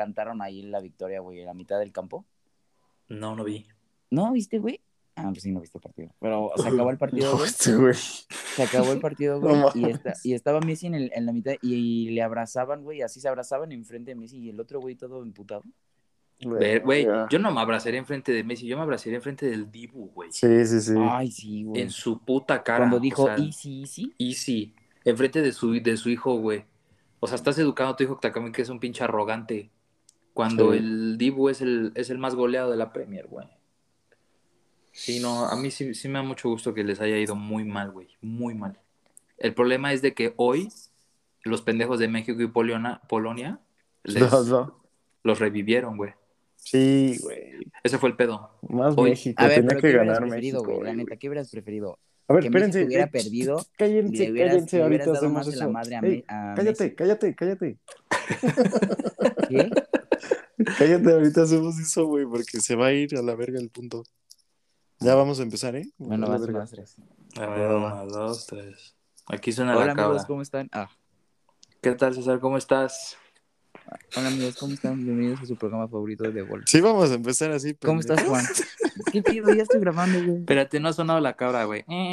cantaron ahí en la victoria, güey, en la mitad del campo. No, no vi. ¿No viste, güey? Ah, pues sí, no viste el partido. Pero se acabó el partido, güey. Sí, güey. Se acabó el partido, güey. No y, esta- y estaba Messi en, el- en la mitad y, y le abrazaban, güey. Así se abrazaban enfrente de Messi y el otro, güey, todo emputado. Ver, Güey, Ya. yo no me abrazaría enfrente de Messi, yo me abrazaría enfrente del Dibu, güey. Sí, sí, sí. Ay, sí, güey. En su puta cara. Cuando o dijo sea, easy, easy. Easy. Enfrente de su, de su hijo, güey. O sea, estás educando a tu hijo que también que es un pinche arrogante. Cuando Sí. el Dibu es el, es el más goleado de la Premier, güey. Sí, no, a mí sí, sí me da mucho gusto que les haya ido muy mal, güey. Muy mal. El problema es de que hoy los pendejos de México y Poliona- Polonia les- Los dos. los revivieron, güey. Sí, güey. Ese fue el pedo. Más Oye, México. A ver, Tenía pero ¿qué que hubieras ganar preferido, México. güey? La güey. neta, ¿qué hubieras preferido? A ver, que México espérense. hubiera eh, perdido, Cállense, le hubieras, cállense. le hubieras Ahorita dado hacemos más de la eso. madre a, Ey, Me- a Cállate, cállate, cállate. Messi. ¿Qué? Cállate, ahorita hacemos eso, güey, porque se va a ir a la verga el punto. Ya vamos a empezar, ¿eh? Bueno, A la vas, verga. vas, tres. A ver, una, dos, tres. Aquí suena Hola la amigos, cabra. ¿cómo están? Ah, ¿Qué tal, César? ¿Cómo estás? hola amigos, ¿cómo están? Bienvenidos a su programa favorito de Gol. Sí, vamos a empezar así. ¿Cómo pendejo. estás, Juan? ¿Qué pedo? Ya estoy grabando, güey. Espérate, no ha sonado la cabra, güey. Pero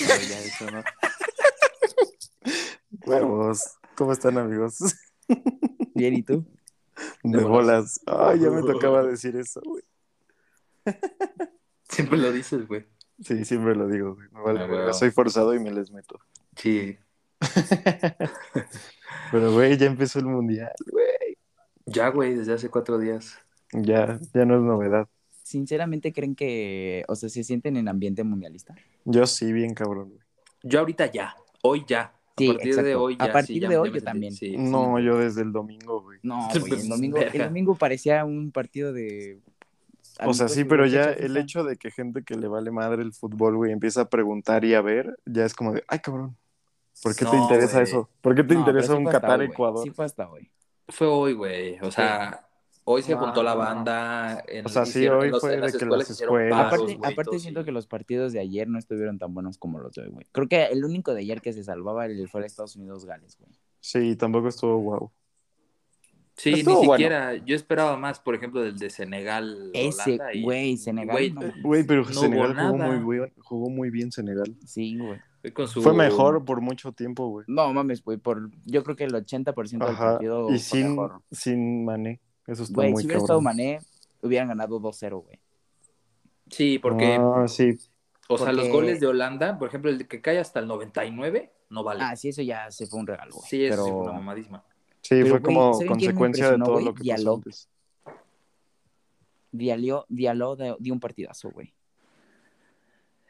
ya eso, ¿no? Huevos. ¿Cómo están, amigos? Bien, ¿y tú? De, bolas. Ay, ya me tocaba decir eso, güey. Siempre lo dices, güey. Sí, siempre lo digo, güey. Me vale Ah, verga. huevo. Soy forzado y me les meto. Sí. Pero, güey, ya empezó el mundial, güey. Ya, güey, desde hace cuatro días. Ya, ya no es novedad. Sinceramente, ¿creen que, o sea, se sienten en ambiente mundialista? Yo sí, bien cabrón, güey. Yo ahorita ya. Hoy ya. Sí, a partir de exacto. hoy ya. A sí, partir ya- de ya hoy me yo sentí- también. sí, No, sí. yo desde el domingo, güey. No, güey, pues, el domingo, el Verga. domingo parecía un partido de... O sea, sí, amistoso, pero güey, ya fecha el FIFA. hecho de que gente que le vale madre el fútbol, güey, empieza a preguntar y a ver, ya es como de, ay, cabrón, ¿por qué te No, interesa güey. eso? ¿Por qué te No, interesa pero sí un fue hasta hoy, güey. Qatar-Ecuador? Sí fue hasta hoy. Fue hoy, güey. O sea, hoy se No, juntó la no. banda. en- O sea, sí, hicieron- hoy en los- fue en de que las hicieron escuelas- paros, Aparte, güey, aparte todo, siento sí. que los partidos de ayer no estuvieron tan buenos como los de hoy, güey. Creo que el único de ayer que se salvaba el- fue el Estados Unidos-Gales, güey. Sí, tampoco estuvo guau. Sí, Estuvo ni bueno. siquiera. Yo esperaba más, por ejemplo, del de Senegal. Ese, Holanda, y- güey, Senegal. güey, no eh, mames. Güey, pero No Senegal hubo jugó nada. muy, bien, jugó muy bien Senegal. Sí, güey. con su- Fue mejor por mucho tiempo, güey. No mames, güey. Por, yo creo que el 80% del Ajá. partido Y fue sin, mejor. sin Mané. Eso estuvo Güey, muy si hubiera cabrón. estado Mané, hubieran ganado 2-0, güey. Sí, porque. Ah, sí. O sea, los Porque- goles de Holanda, por ejemplo, el que cae hasta el 99, no vale. Ah, sí, eso ya se fue un regalo, güey. sí, es pero... una mamadísima. Sí, Pero, fue güey, como ¿saben quién me consecuencia de impresionó, todo güey? lo que pasó Diallo. antes. Dialó, Dialó de- dio un partidazo, güey.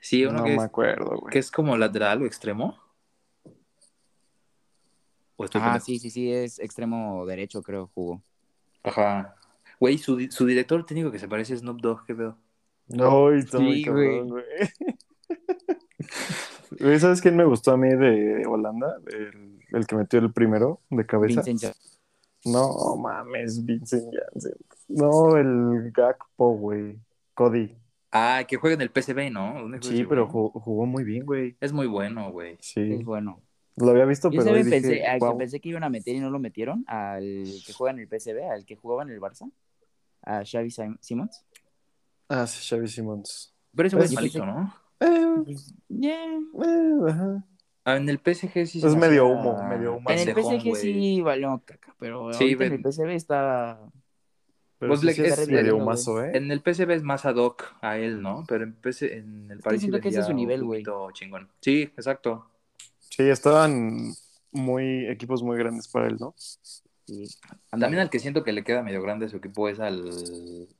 Sí, uno No que, me es, acuerdo, güey. que es como lateral o extremo. ¿O estoy Ah, pendejo? sí, sí, sí, es extremo derecho, creo, jugó. Ajá. Güey, su, di- su director técnico que se parece a Snoop Dogg, qué pedo. No, está Sí, muy cabrón, güey. Güey, ¿Sabes quién me gustó a mí de Holanda? El, el que metió el primero de cabeza. Vincent Jan- No mames, Vincent Janssen. No, el Gakpo, güey. Cody. Ah, que juega en el PSV, ¿no? ¿Dónde juega Sí, ese pero güey? ju- jugó, muy bien, güey. Es muy bueno, güey. Sí, es bueno. lo había visto, Yo pero hoy también dije, pensé, al que "Guau". pensé que iban a meter y no lo metieron, al que juega en el PSV, al que jugaba en el Barça, a Xavi Sim- Simons. Ah, sí, Xavi Simons. Pero ese güey es Pues, malito, ¿no? Eh, Yeah. eh, ajá. Ah, en el PSG sí se Es me Ah, medio hacía humo, medio humo. En el pendejón, PSG güey. sí valió caca, pero Sí, ahorita en ven. el PSV está... Pero Pues sí, le- sí es- es medio mazo, ¿eh? En el PSV es más ad hoc a él, ¿no? Pero en, PC en el que París sí siento que ese vendía es su nivel, un güey. poquito chingón. Sí, exacto. Sí, estaban muy equipos muy grandes para él, ¿no? Sí. También al que siento que le queda medio grande su equipo es al,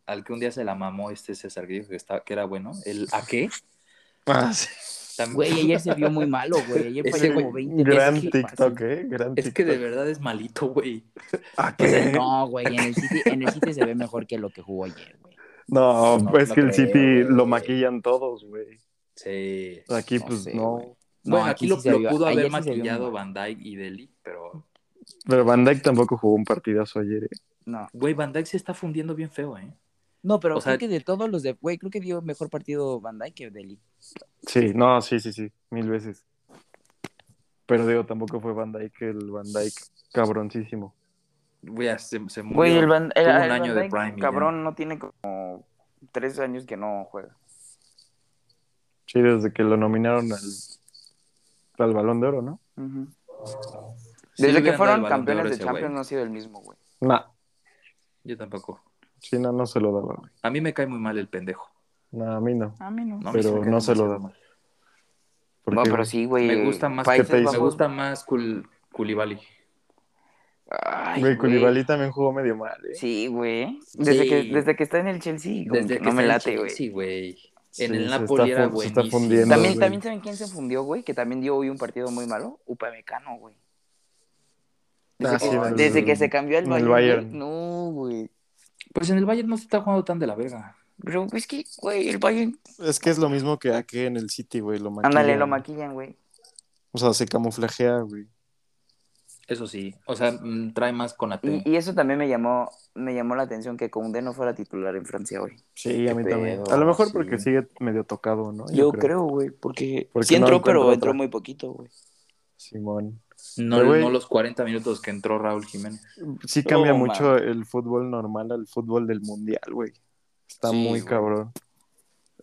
al que un día se la mamó este César que dijo que, estaba- que era bueno. El ¿A qué? Ah, sí. También- Güey, ayer se vio muy malo, güey. Ayer Ese falló güey, como 20 Gran veces. TikTok, ¿eh? Gran es TikTok. que de pues, verdad es malito, güey. ¿A O sea, Ah, qué? no, Pues, eh, no, güey, en el, City, en el City se ve mejor que lo que jugó ayer, güey. No, pues es no que el creo, City güey. lo maquillan todos, güey. Sí. Aquí, No pues, sé, no. güey. No, Bueno, aquí, sí lo, se lo vio- pudo ayer haber sí se vio muy maquillado mal. Van Dyke y Deli, pero... Pero Van Dijk tampoco jugó un partidazo ayer, ¿eh? No, Güey, Van Dyke se está fundiendo bien feo, ¿eh? no pero O sea- creo que de todos los de... Güey, creo que dio mejor partido Van Dijk que Deli. Sí, no, sí, sí, sí. Mil veces. Pero digo, tampoco fue Van Dijk el Van Dijk cabroncísimo. Güey, ya se, se murió. Güey, el Van, el- Tuvo un el Van año de Dijk, Prime y ya. cabrón, no tiene como tres años que no juega. Sí, desde que lo nominaron al, al Balón de Oro, ¿no? Ujú. Sí, Desde le que han dado el fueron Balón campeones Oro de ese Champions güey. no ha sido el mismo, güey. Nah. Yo tampoco. Sí, no, no se lo daba, güey. A mí me cae muy mal el pendejo. No, a mí no. A mí no. ¿no? A mí Pero me cae no se lo demasiado da. mal. Porque, no, pero sí, güey. Me gusta más ¿Qué te Países hizo? Me Bajos- gusta más Kul- Koulibaly. Ay, Güey, güey. Koulibaly también jugó medio mal, ¿eh? Sí, güey. Desde, Sí. que, desde que está en el Chelsea, como que no me late, güey. Sí, güey. Sí, En se el está Napoli era fun- se buenísimo. está fundiendo, También, güey. también saben quién se fundió, güey, que también dio hoy un partido muy malo. Upamecano, güey. Desde, Ah, que, sí, del- desde que se cambió al del Bayern. Bayern. güey, No, güey. Pues en el Bayern no se está jugando tan de la verga. Pero pues, es que, güey, el Bayern. Es que es lo mismo que aquí en el City, güey. Lo maquillan. Ándale, lo maquillan, güey. O sea, se camuflajea, güey. Eso sí. O sea, mm, trae más con Y, y eso también me llamó, me llamó la atención que Koundé no fuera titular en Francia hoy. Sí, a mí Qué también. pedo, A lo mejor sí. porque sigue medio tocado, ¿no? Yo, creo, güey, porque, Porque sí no entró, pero encuentro entró otra. muy poquito, güey. Simón. No, Pero, güey. no los 40 minutos que entró Raúl Jiménez. Sí cambia No, mucho el fútbol normal al fútbol del mundial, güey. Está Sí, muy güey. cabrón.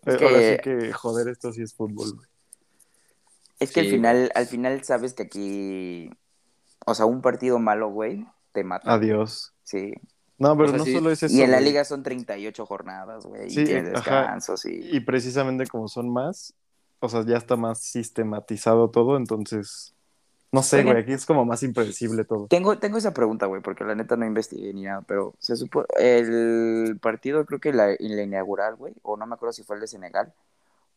Es Eh, Ahora que- sí que, joder, esto sí es fútbol, güey. Es que al Sí, final, al final sabes que aquí, o sea, un partido malo, güey, te mata. Adiós. Sí. No, pero O sea, no sí. solo Ah, es eso. y en la güey. liga son 38 jornadas, güey, Sí, y tienes ajá. descansos y... Y precisamente como son más, o sea, ya está más sistematizado todo, entonces. No sé, Oigan. güey, aquí es como más impredecible todo. Tengo, tengo esa pregunta, güey, porque la neta no investigué ni nada, pero se supo, el partido creo que la, en la inaugural, güey, o no me acuerdo si fue el de Senegal,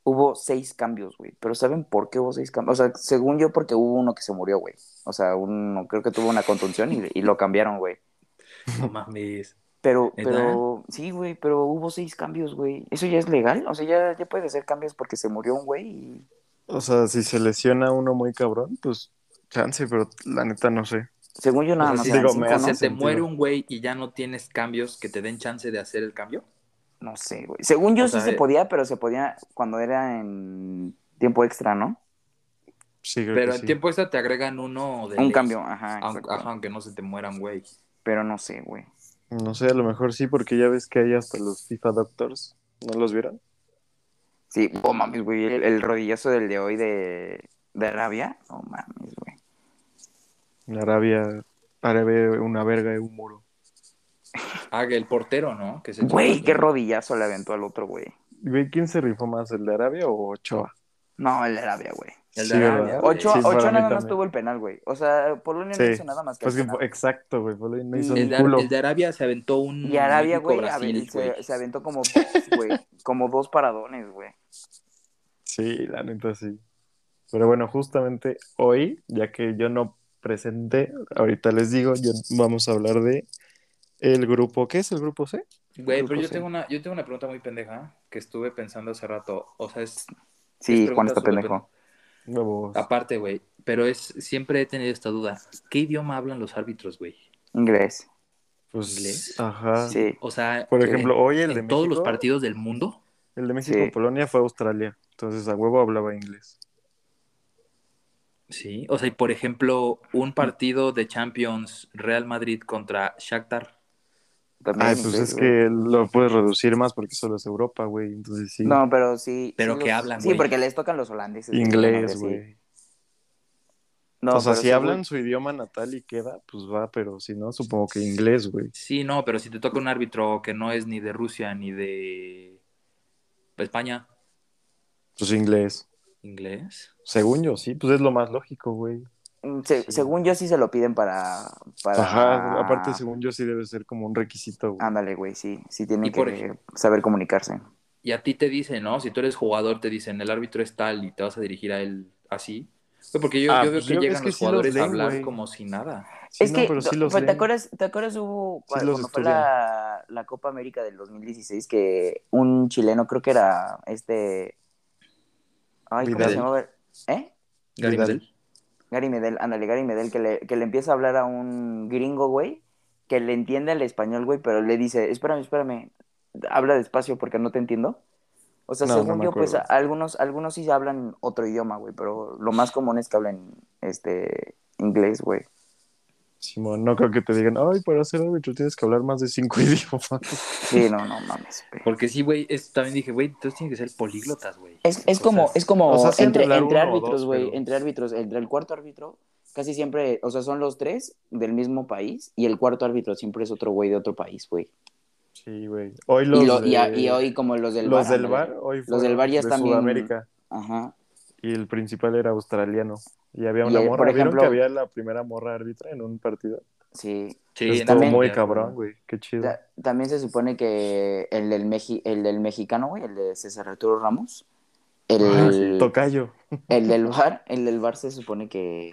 hubo seis cambios, güey, pero ¿saben por qué hubo seis cambios? O sea, según yo, porque hubo uno que se murió, güey, o sea, uno creo que tuvo una contunción y, y lo cambiaron, güey. No mames. Pero, ¿Neta? pero, sí, güey, pero hubo seis cambios, güey. ¿Eso ya es legal? O sea, ya, ya puedes hacer cambios porque se murió un güey y... O sea, si se lesiona uno muy cabrón, pues chance, pero la neta no sé. Según yo nada O sea, más si- eran digo, cinco, me si ¿no? hace se te sentido. muere un güey y ya no tienes cambios que te den chance de hacer el cambio. No sé, güey. Según yo O sí sea, se eh. podía, pero se podía cuando era en tiempo extra, ¿no? Sí, creo Pero que en sí. tiempo extra te agregan uno de Un ley. cambio, ajá, Aunque, exacto. ajá, aunque no se te mueran, güey. Pero no sé, güey. No sé, a lo mejor sí, porque ya ves que hay hasta los FIFA Doctors. ¿No los vieron? Sí, oh mames, güey, el, el rodillazo del de hoy de, de Arabia, no mames, güey. En Arabia, árabe, una verga y un muro. Ah, que el portero, ¿no? Que se Güey, qué rodillazo le aventó al otro, güey. Güey, ¿quién se rifó más, el de Arabia o Ochoa? No, el de Arabia, güey. El Sí, de Arabia, ¿verdad? güey. Ocho, Sí, para ocho mí nada más también. tuvo el penal, güey. O sea, Polonia no Sí. hizo nada más que el Pues que, penal. exacto, güey, Polonia no hizo Y El un de, culo. el de Arabia se aventó un Y Arabia, México, güey, a ver, Brasil, güey. se, se aventó como, güey, como dos paradones, güey. Sí, la neta sí. Pero bueno, justamente hoy, ya que yo no presenté, ahorita les digo, yo- vamos a hablar de el grupo, ¿qué es el grupo C? Güey, pero Grupo yo C. tengo, una, yo tengo una pregunta muy pendeja que estuve pensando hace rato. O sea, es. Sí, es Juan pregunta está súper pendejo. Huevos. pen- Ah, Aparte, güey. Pero es siempre he tenido esta duda. ¿Qué idioma hablan los árbitros, güey? Inglés. Pues, inglés. ajá. Sí. O sea. Por en- ejemplo, hoy en, el de México, todos los partidos del mundo. el de México Sí. Polonia fue a Australia, entonces a huevo hablaba inglés. Sí. O sea, y por ejemplo, un partido de Champions Real Madrid contra Shakhtar. También Ay, pues inglés, es güey. que lo puedes reducir más porque solo es Europa, güey, entonces sí. No, pero sí. Pero sí que hablan, Sí, güey. porque les tocan los holandeses. inglés, sí. güey. No, o sea, pero si sí, hablan güey. su idioma natal y queda, pues va, pero si no, supongo que inglés, güey. Sí, no, pero si te toca un árbitro que no es ni de Rusia ni de España, Pues inglés. inglés. Según yo, sí, pues es lo más lógico, güey. Mm, se- Sí. Según yo sí se lo piden para... para... Ajá, aparte según yo sí debe ser como un requisito, güey. Ándale, güey, sí. Sí tienen Y por que saber comunicarse. Y a ti te dicen, ¿no? Si tú eres jugador, te dicen, el árbitro es tal y te vas a dirigir a él así. Güey, porque yo, Ah, yo veo pues que yo- llegan es que los sí los jugadores leen, a hablar güey. como si nada. Sí, es no, que, pero sí do- los ¿te leen. acuerdas, ¿te acuerdas hubo Sí cuando los fue estudian. la, la Copa América del 2016 que un chileno, creo que era este... Ay, ¿cómo Vidal. se llamaba? ¿Eh? Gary Vidal. Medel. Gary Medel, ándale, Gary Medel, que le, que le empieza a hablar a un gringo, güey, que le entiende el español, güey, pero le dice, espérame, espérame, habla despacio porque no te entiendo. O sea, No, no según me yo, pues acuerdo. a- algunos, algunos sí hablan otro idioma, güey, pero lo más común es que hablen este inglés, güey. Simón, no creo que te digan, ay, para ser árbitro tienes que hablar más de cinco idiomas. Sí, no, no mames. güey. Porque sí, güey, es- también dije, güey, entonces tienen que ser políglotas, güey. Es, es O como, sea, es como o sea, sí entre, hablar entre uno o árbitros, dos, güey, pero- entre árbitros, entre el cuarto árbitro, casi siempre, o sea, son los tres del mismo país y el cuarto árbitro siempre es otro güey de otro país, güey. Sí, güey. Hoy los Y, lo- y, a- de- y hoy como los del los bar. del ándale. bar, hoy Los del fueron bar ya de están bien- Sudamérica Ajá. y el principal era australiano y había Y, una eh, morra. por ¿Vieron ejemplo- que había la primera morra árbitra en un partido? Sí. sí, Pues Estuvo no, muy ya, cabrón, güey. Qué chido. Ta- también se supone que el del, Meji- el del mexicano, güey, el de César Arturo Ramos, el, Ah, Tocayo. el del bar, el del bar se supone que,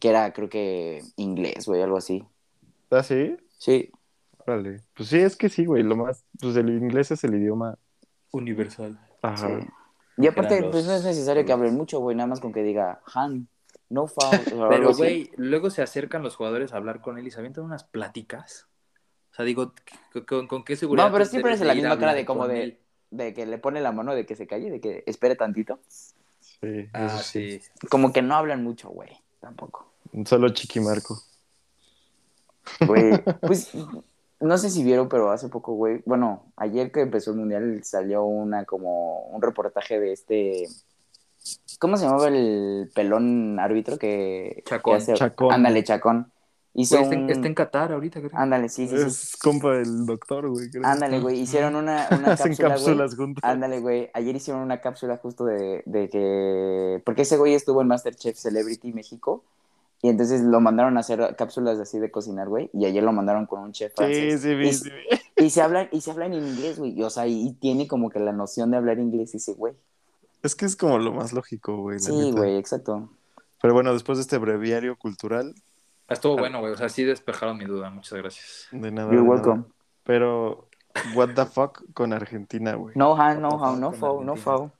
que era, creo que, inglés, güey, algo así. ¿Ah, sí? Sí. Órale. Pues sí, es que sí, güey. Lo más. Pues el inglés es el idioma. Universal. Ajá. Sí. Y aparte, Eran los- pues no es necesario que los- hablen mucho, güey, nada más con que diga Han, no foul. o algo Pero, así. güey, luego se acercan los jugadores a hablar con él y se avientan unas pláticas. O sea, digo, ¿con, con, con qué seguridad? No, pero tú siempre debes es la ir a misma cara hablar de como con de- él? De que le pone la mano de que se calle, de que espere tantito. Sí, Ah, eso sí. Como que no hablan mucho, güey, tampoco. Solo Chiquimarco. Güey, pues no sé si vieron, pero hace poco, güey, bueno, ayer que empezó el mundial salió una como un reportaje de este ¿Cómo se llamaba el pelón árbitro que Chacón. que hace- Chacón. Ándale, Chacón. Hizo Güey, está, en, un- está en Qatar ahorita, creo. Ándale, sí, sí, sí. Es compa del doctor, güey. creo. Ándale, güey, hicieron una, una Hacen cápsula, güey. cápsulas juntos. Ándale, güey. Ayer hicieron una cápsula justo de, de que. Porque ese güey estuvo en Masterchef Celebrity México. Y entonces lo mandaron a hacer cápsulas así de cocinar, güey. Y ayer lo mandaron con un chef Sí, francés. sí, y, vi, sí, vi. y se hablan, y se hablan en inglés, güey. Y, O sea, y tiene como que la noción de hablar inglés ese güey. Es que es como lo más lógico, güey. la Sí, neta. güey, exacto. Pero bueno, después de este breviario cultural, Ah, Ah. Estuvo bueno, güey. O sea, sí despejaron mi duda. Muchas gracias. de nada. You're de nada. welcome. Pero, what the fuck con Argentina, güey. No hand, no how, no foul, no foul.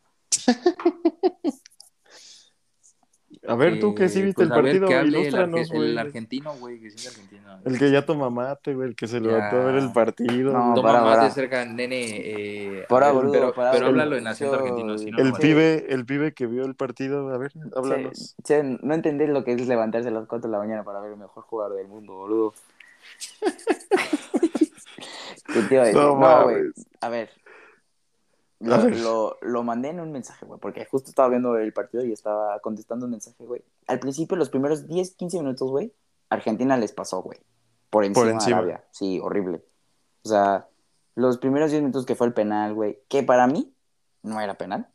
A ver, tú que sí Eh, viste pues, el a ver, partido, que hable el, ilústranos, arge- el güey. El, argentino, güey, que sí es argentino. que ya toma mate, güey, el que se levantó a ver el partido. No, güey. Toma para, más para. de cerca, nene. eh, Para, a ver, boludo, pero, para, pero boludo. háblalo en acento Yo- argentino. si no, el no, pibe, el pibe que vio el partido, a ver, háblanos. Che, che, no entendés lo que es levantarse a las 4 de la mañana para ver el mejor jugador del mundo, boludo. ¿Qué te iba a decir? No No, güey. mames. a ver. Lo, A ver. lo- lo mandé en un mensaje, güey, porque justo estaba viendo el partido y estaba contestando un mensaje, güey. Al principio, los primeros 10, 15 minutos, güey, Argentina les pasó, güey. Por encima, Por de encima. Arabia. Sí, horrible. O sea, los primeros 10 minutos que fue el penal, güey, que para mí no era penal.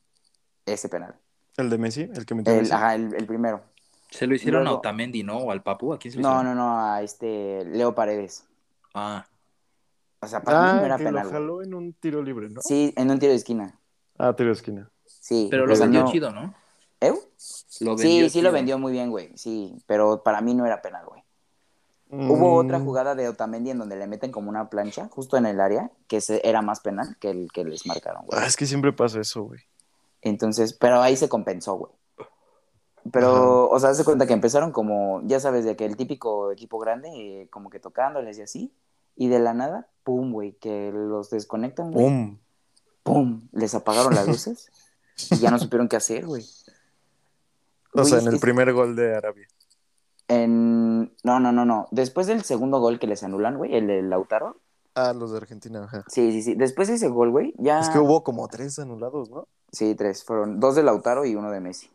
Ese penal. El de Messi, el que metió El, Messi. ajá, el- el primero. Se lo hicieron a Luego- Otamendi, ¿no? O al Papu. ¿A quién se lo No, hicieron? no, no, a este Leo Paredes. Ah, O sea, para mí no Ah, era que penal. lo güey. jaló en un tiro libre, ¿no? Sí, en un tiro de esquina. Ah, tiro de esquina. Sí. pero o lo sea, vendió no- chido, ¿no? ¿Eh? Lo Sí, sí lo chido. vendió muy bien, güey. Sí, pero para mí no era penal, güey. Hubo Mm, otra jugada de Otamendi en donde le meten como una plancha justo en el área, que se- era más penal que el que les marcaron, güey. Ah, es que siempre pasa eso, güey. Entonces, pero ahí se compensó, güey. Pero, o sea, se cuenta que empezaron como, ya sabes, de que el típico equipo grande, eh, como que tocándoles y así, y de la nada, pum, güey, que los desconectan, güey. ¡Pum! ¡pum! Les apagaron las luces y ya no supieron qué hacer, güey. O sea, Güey, en es- el primer gol de Arabia. en- No, no, no, no. Después del segundo gol que les anulan, güey, el de Lautaro. Ah, los de Argentina, ajá. Sí, sí, sí. Después de ese gol, güey, ya... Es que hubo como tres anulados, ¿no? Sí, tres. Fueron dos de Lautaro y uno de Messi.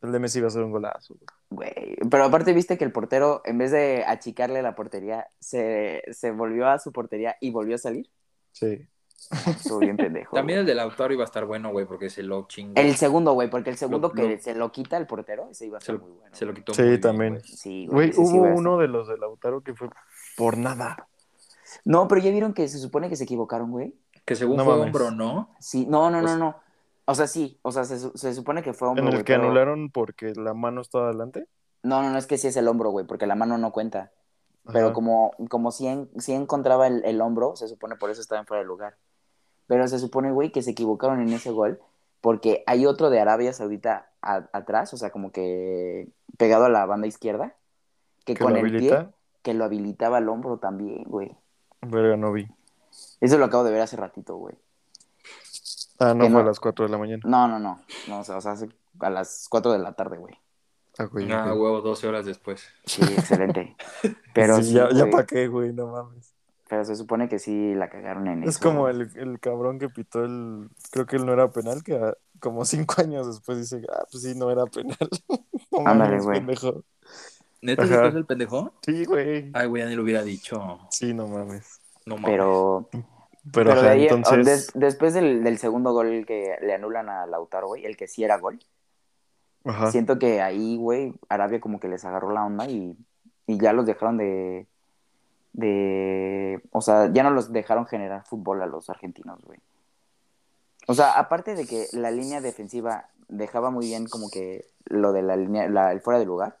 El de Messi iba a ser un golazo. güey. Güey. Pero aparte viste que el portero, en vez de achicarle la portería, se, se volvió a su portería y volvió a salir. Sí. Estuvo bien pendejo. También güey. el del Lautaro iba a estar bueno, güey, porque se lo chingó. El segundo, güey, porque el segundo Lo- que lo- se lo quita el portero, ese iba a Se ser lo, muy bueno. se lo quitó. Sí, muy bien, también. güey. Sí, güey. Güey, ese sí hubo iba a ser- uno de los de Lautaro que fue por nada. No, pero ya vieron que se supone que se equivocaron, güey. Que según No fue mames. hombro, ¿no? Sí, no, no, O no, sea- no. O sea, sí, o sea, se, su- se supone que fue hombro, Pues En el güey, que pero- anularon porque la mano estaba adelante. No, no, no, es que sí es el hombro, güey, porque la mano no cuenta. Pero Ajá. como, como sí, en- sí encontraba el, el hombro, se supone por eso estaba fuera de lugar. Pero se supone, güey, que se equivocaron en ese gol porque hay otro de Arabia Saudita a- atrás, o sea, como que pegado a la banda izquierda, que, que con lo el pie, habilita. que lo habilitaba el hombro también, güey. Verga, no vi. Eso lo acabo de ver hace ratito, güey. Ah, no Que Ah, fue no. a las 4 de la mañana. No, no, no. no o sea, o sea, hace- a las 4 de la tarde, güey. Ah, güey, Ah, güey. huevo, 12 horas después. Sí, excelente. Pero, Sí, sí, ya, ya güey. para qué, güey, no mames. pero se supone que sí la cagaron en Es eso. como el, el cabrón que pitó el. Creo que él no era penal, que ah, como cinco años después dice, ah, pues sí, no era penal. No Ándale, mames, güey. pendejo. ¿Neta Ajá. se es el pendejo? Sí, güey. Ay, güey, ya ni lo hubiera dicho. Sí, no mames. No mames. Pero, Pero, pero, de ajá, ahí, entonces. des- después del, del segundo gol que le anulan a Lautaro, güey, el que sí era gol, Ajá. siento que ahí, güey, Arabia como que les agarró la onda y, y ya los dejaron de, de... O sea, ya no los dejaron generar fútbol a los argentinos, güey. O sea, aparte de que la línea defensiva dejaba muy bien como que lo de la línea, la- el fuera de lugar,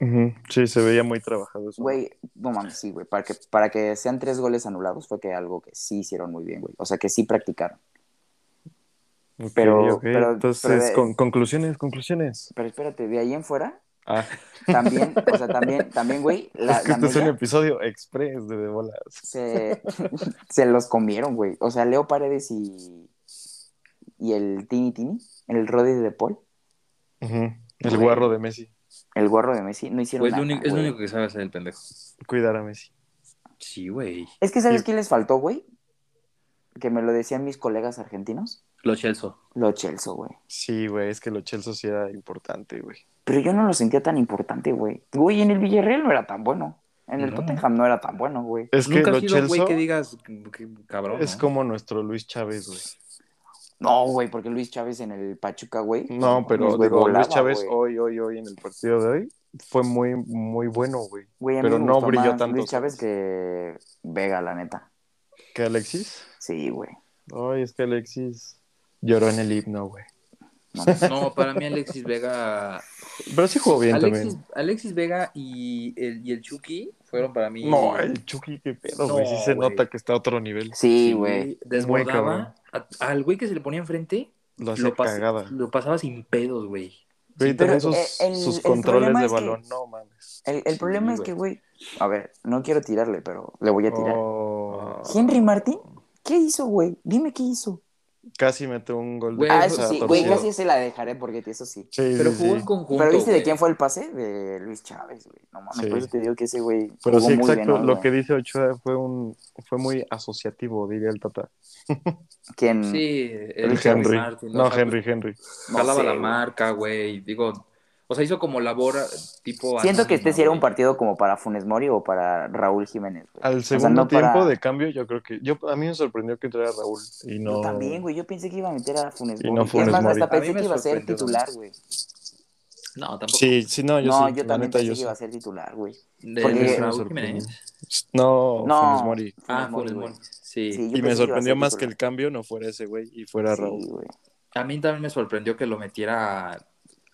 Ujú. Sí, se veía muy trabajado eso. Güey, no mames, sí, güey. Para que, para que sean tres goles anulados fue que algo que sí hicieron muy bien, güey. O sea, que sí practicaron. Ok, pero- ok. pero- entonces, pero- con- conclusiones, conclusiones. Pero espérate, de ahí en fuera, Ah, también, o sea, también, también, güey, la, es que la este es un media episodio express de, de bolas. se, se los comieron, güey. O sea, Leo Paredes y, y el Tini Tini, el Rodri de Paul, Ujú. El Güey. guarro de Messi. el gorro de Messi, no hicieron Güey, es, Pues lo nada. único, es lo güey. único que sabe hacer el pendejo. Cuidar a Messi. Sí, güey. Es que, ¿sabes Y- qué les faltó, güey? Que me lo decían mis colegas argentinos. Lo Chelso. Lo Chelsea, güey. Sí, güey, es que lo Chelsea sí era importante, güey. Pero yo no lo sentía tan importante, güey. Güey, en el Villarreal no era tan bueno. En el No. Tottenham no era tan bueno, güey. Es que Nunca lo ha sido un güey Chelsea que digas, que- cabrón. es ¿no? como nuestro Luis Chávez, güey. No, güey, porque Luis Chávez en el Pachuca, güey. No, pero mames, güey, digo, volaba, Luis Chávez güey. hoy, hoy, hoy, en el partido de hoy, fue muy, muy bueno, güey. Güey, a mí pero me no gustó brilló más tanto. Luis Chávez que Vega, la neta. ¿Que Alexis? Sí, güey. Ay, es que Alexis lloró en el himno, güey. No, mames. No, para mí Alexis Vega. Pero sí jugó bien Alexis, también. Alexis Vega y el, y el Chucky fueron para mí. No, el Chucky, qué pedo, No, güey. Sí se güey. nota que está a otro nivel. sí, güey. Muy cabrón. Desbordaba a- al güey que se le ponía enfrente. Lo hace Lo, pas- cagada. lo pasaba sin pedos, güey. Güey, Sí, también pero, sus, eh, el- sus el controles problema de es que- balón, no mames. El, el Sí, problema es güey. que, güey. A ver, no quiero tirarle, pero le voy a tirar. Oh, Henry Martín, ¿qué hizo, güey? Dime qué hizo. casi mete un gol. Güey, Ah, Eh, o eso sea, sí, torcido. güey, casi se la dejaré porque eso sí. Sí, Pero sí, jugó sí. en conjunto. Pero viste de güey. quién fue el pase? De Luis Chávez, güey. No mames, Sí. por eso te digo que ese güey. Pero jugó sí, muy bien exacto. hoy, lo güey. que dice Ochoa fue un fue muy asociativo, diría el Tata. ¿Quién? Sí, el El Henry, Henry. Martin, no, o sea, pues, Henry, Henry. No Jalaba sé, la güey. marca, güey. Digo, o sea, hizo como labor ah, tipo. Siento que este anónima, sí era güey. un partido como para Funes Mori o para Raúl Jiménez, güey. Al O sea, segundo no para- tiempo de cambio, yo creo que. yo A mí me sorprendió que entrara Raúl. Y no. Yo también, güey. Yo pensé que iba a meter a Funes Y no Mori. Funes es más, Mori. hasta A mí pensé me que iba a ser sorprendió. titular, güey. No, tampoco. Sí, sí, no, yo no, sí. yo la también neta, pensé yo que sí. iba a ser titular, güey. De Porque- Luis Me Raúl sorprendió. Jiménez. No, No, Funes Mori. Ah, Funes güey. Mori. Sí. Sí, yo pensé que Y me iba a sorprendió ser más que el titular. cambio no fuera ese güey y fuera Raúl. Sí, güey. A mí también me sorprendió que lo metiera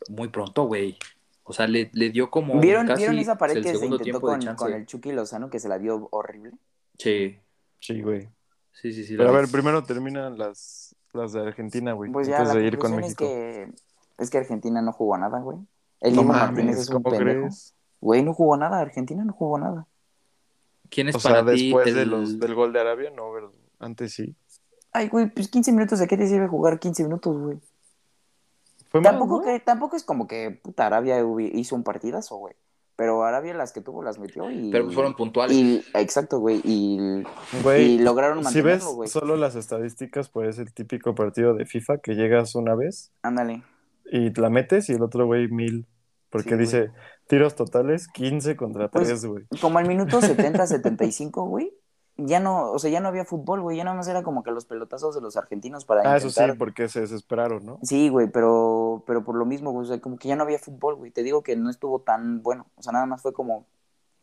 muy pronto, güey. O sea, le, le dio como. ¿Vieron, casi ¿Vieron esa pared el que se segundo intentó tiempo de con, chance. con el Chucky Lozano que se la dio horrible? Sí, Sí, güey. sí, sí. sí Pero a la- ver, primero terminan las, las de Argentina, güey. Pues ya antes la de ir con conclusión es México. que, es que Argentina no jugó nada, güey. El No Dibu mames, Martínez es un ¿cómo pendejo. crees? Güey, no jugó nada. Argentina no jugó nada. ¿Quién es O sea, para ti después de el- los, del gol de Arabia, no, ¿verdad? Antes sí. Ay, güey, pues 15 minutos, ¿de qué te sirve jugar 15 minutos, güey? Fue mal, Tampoco, ¿no? que, tampoco es como que puta Arabia hubi- hizo un partidazo, güey. Pero Arabia las que tuvo las metió y. Pero pues fueron puntuales. y- Exacto, güey. Y, y Güey, lograron si ves mantenerlo, güey. solo las estadísticas, pues es el típico partido de FIFA que llegas una vez Ándale. y la metes y el otro güey mil. Porque Sí, dice tiros totales 15 contra Pues- 3, güey. Como al minuto 70, 75, güey. Ya no, o sea, ya no había fútbol, güey. Ya nada más era como que los pelotazos de los argentinos para Ah, eso sí, intentar. porque se desesperaron, ¿no? Sí, güey, pero, pero por lo mismo, güey, o sea, como que ya no había fútbol, güey. Te digo que no estuvo tan bueno. O sea, nada más fue como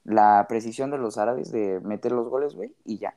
la precisión de los árabes de meter los goles, güey, y ya.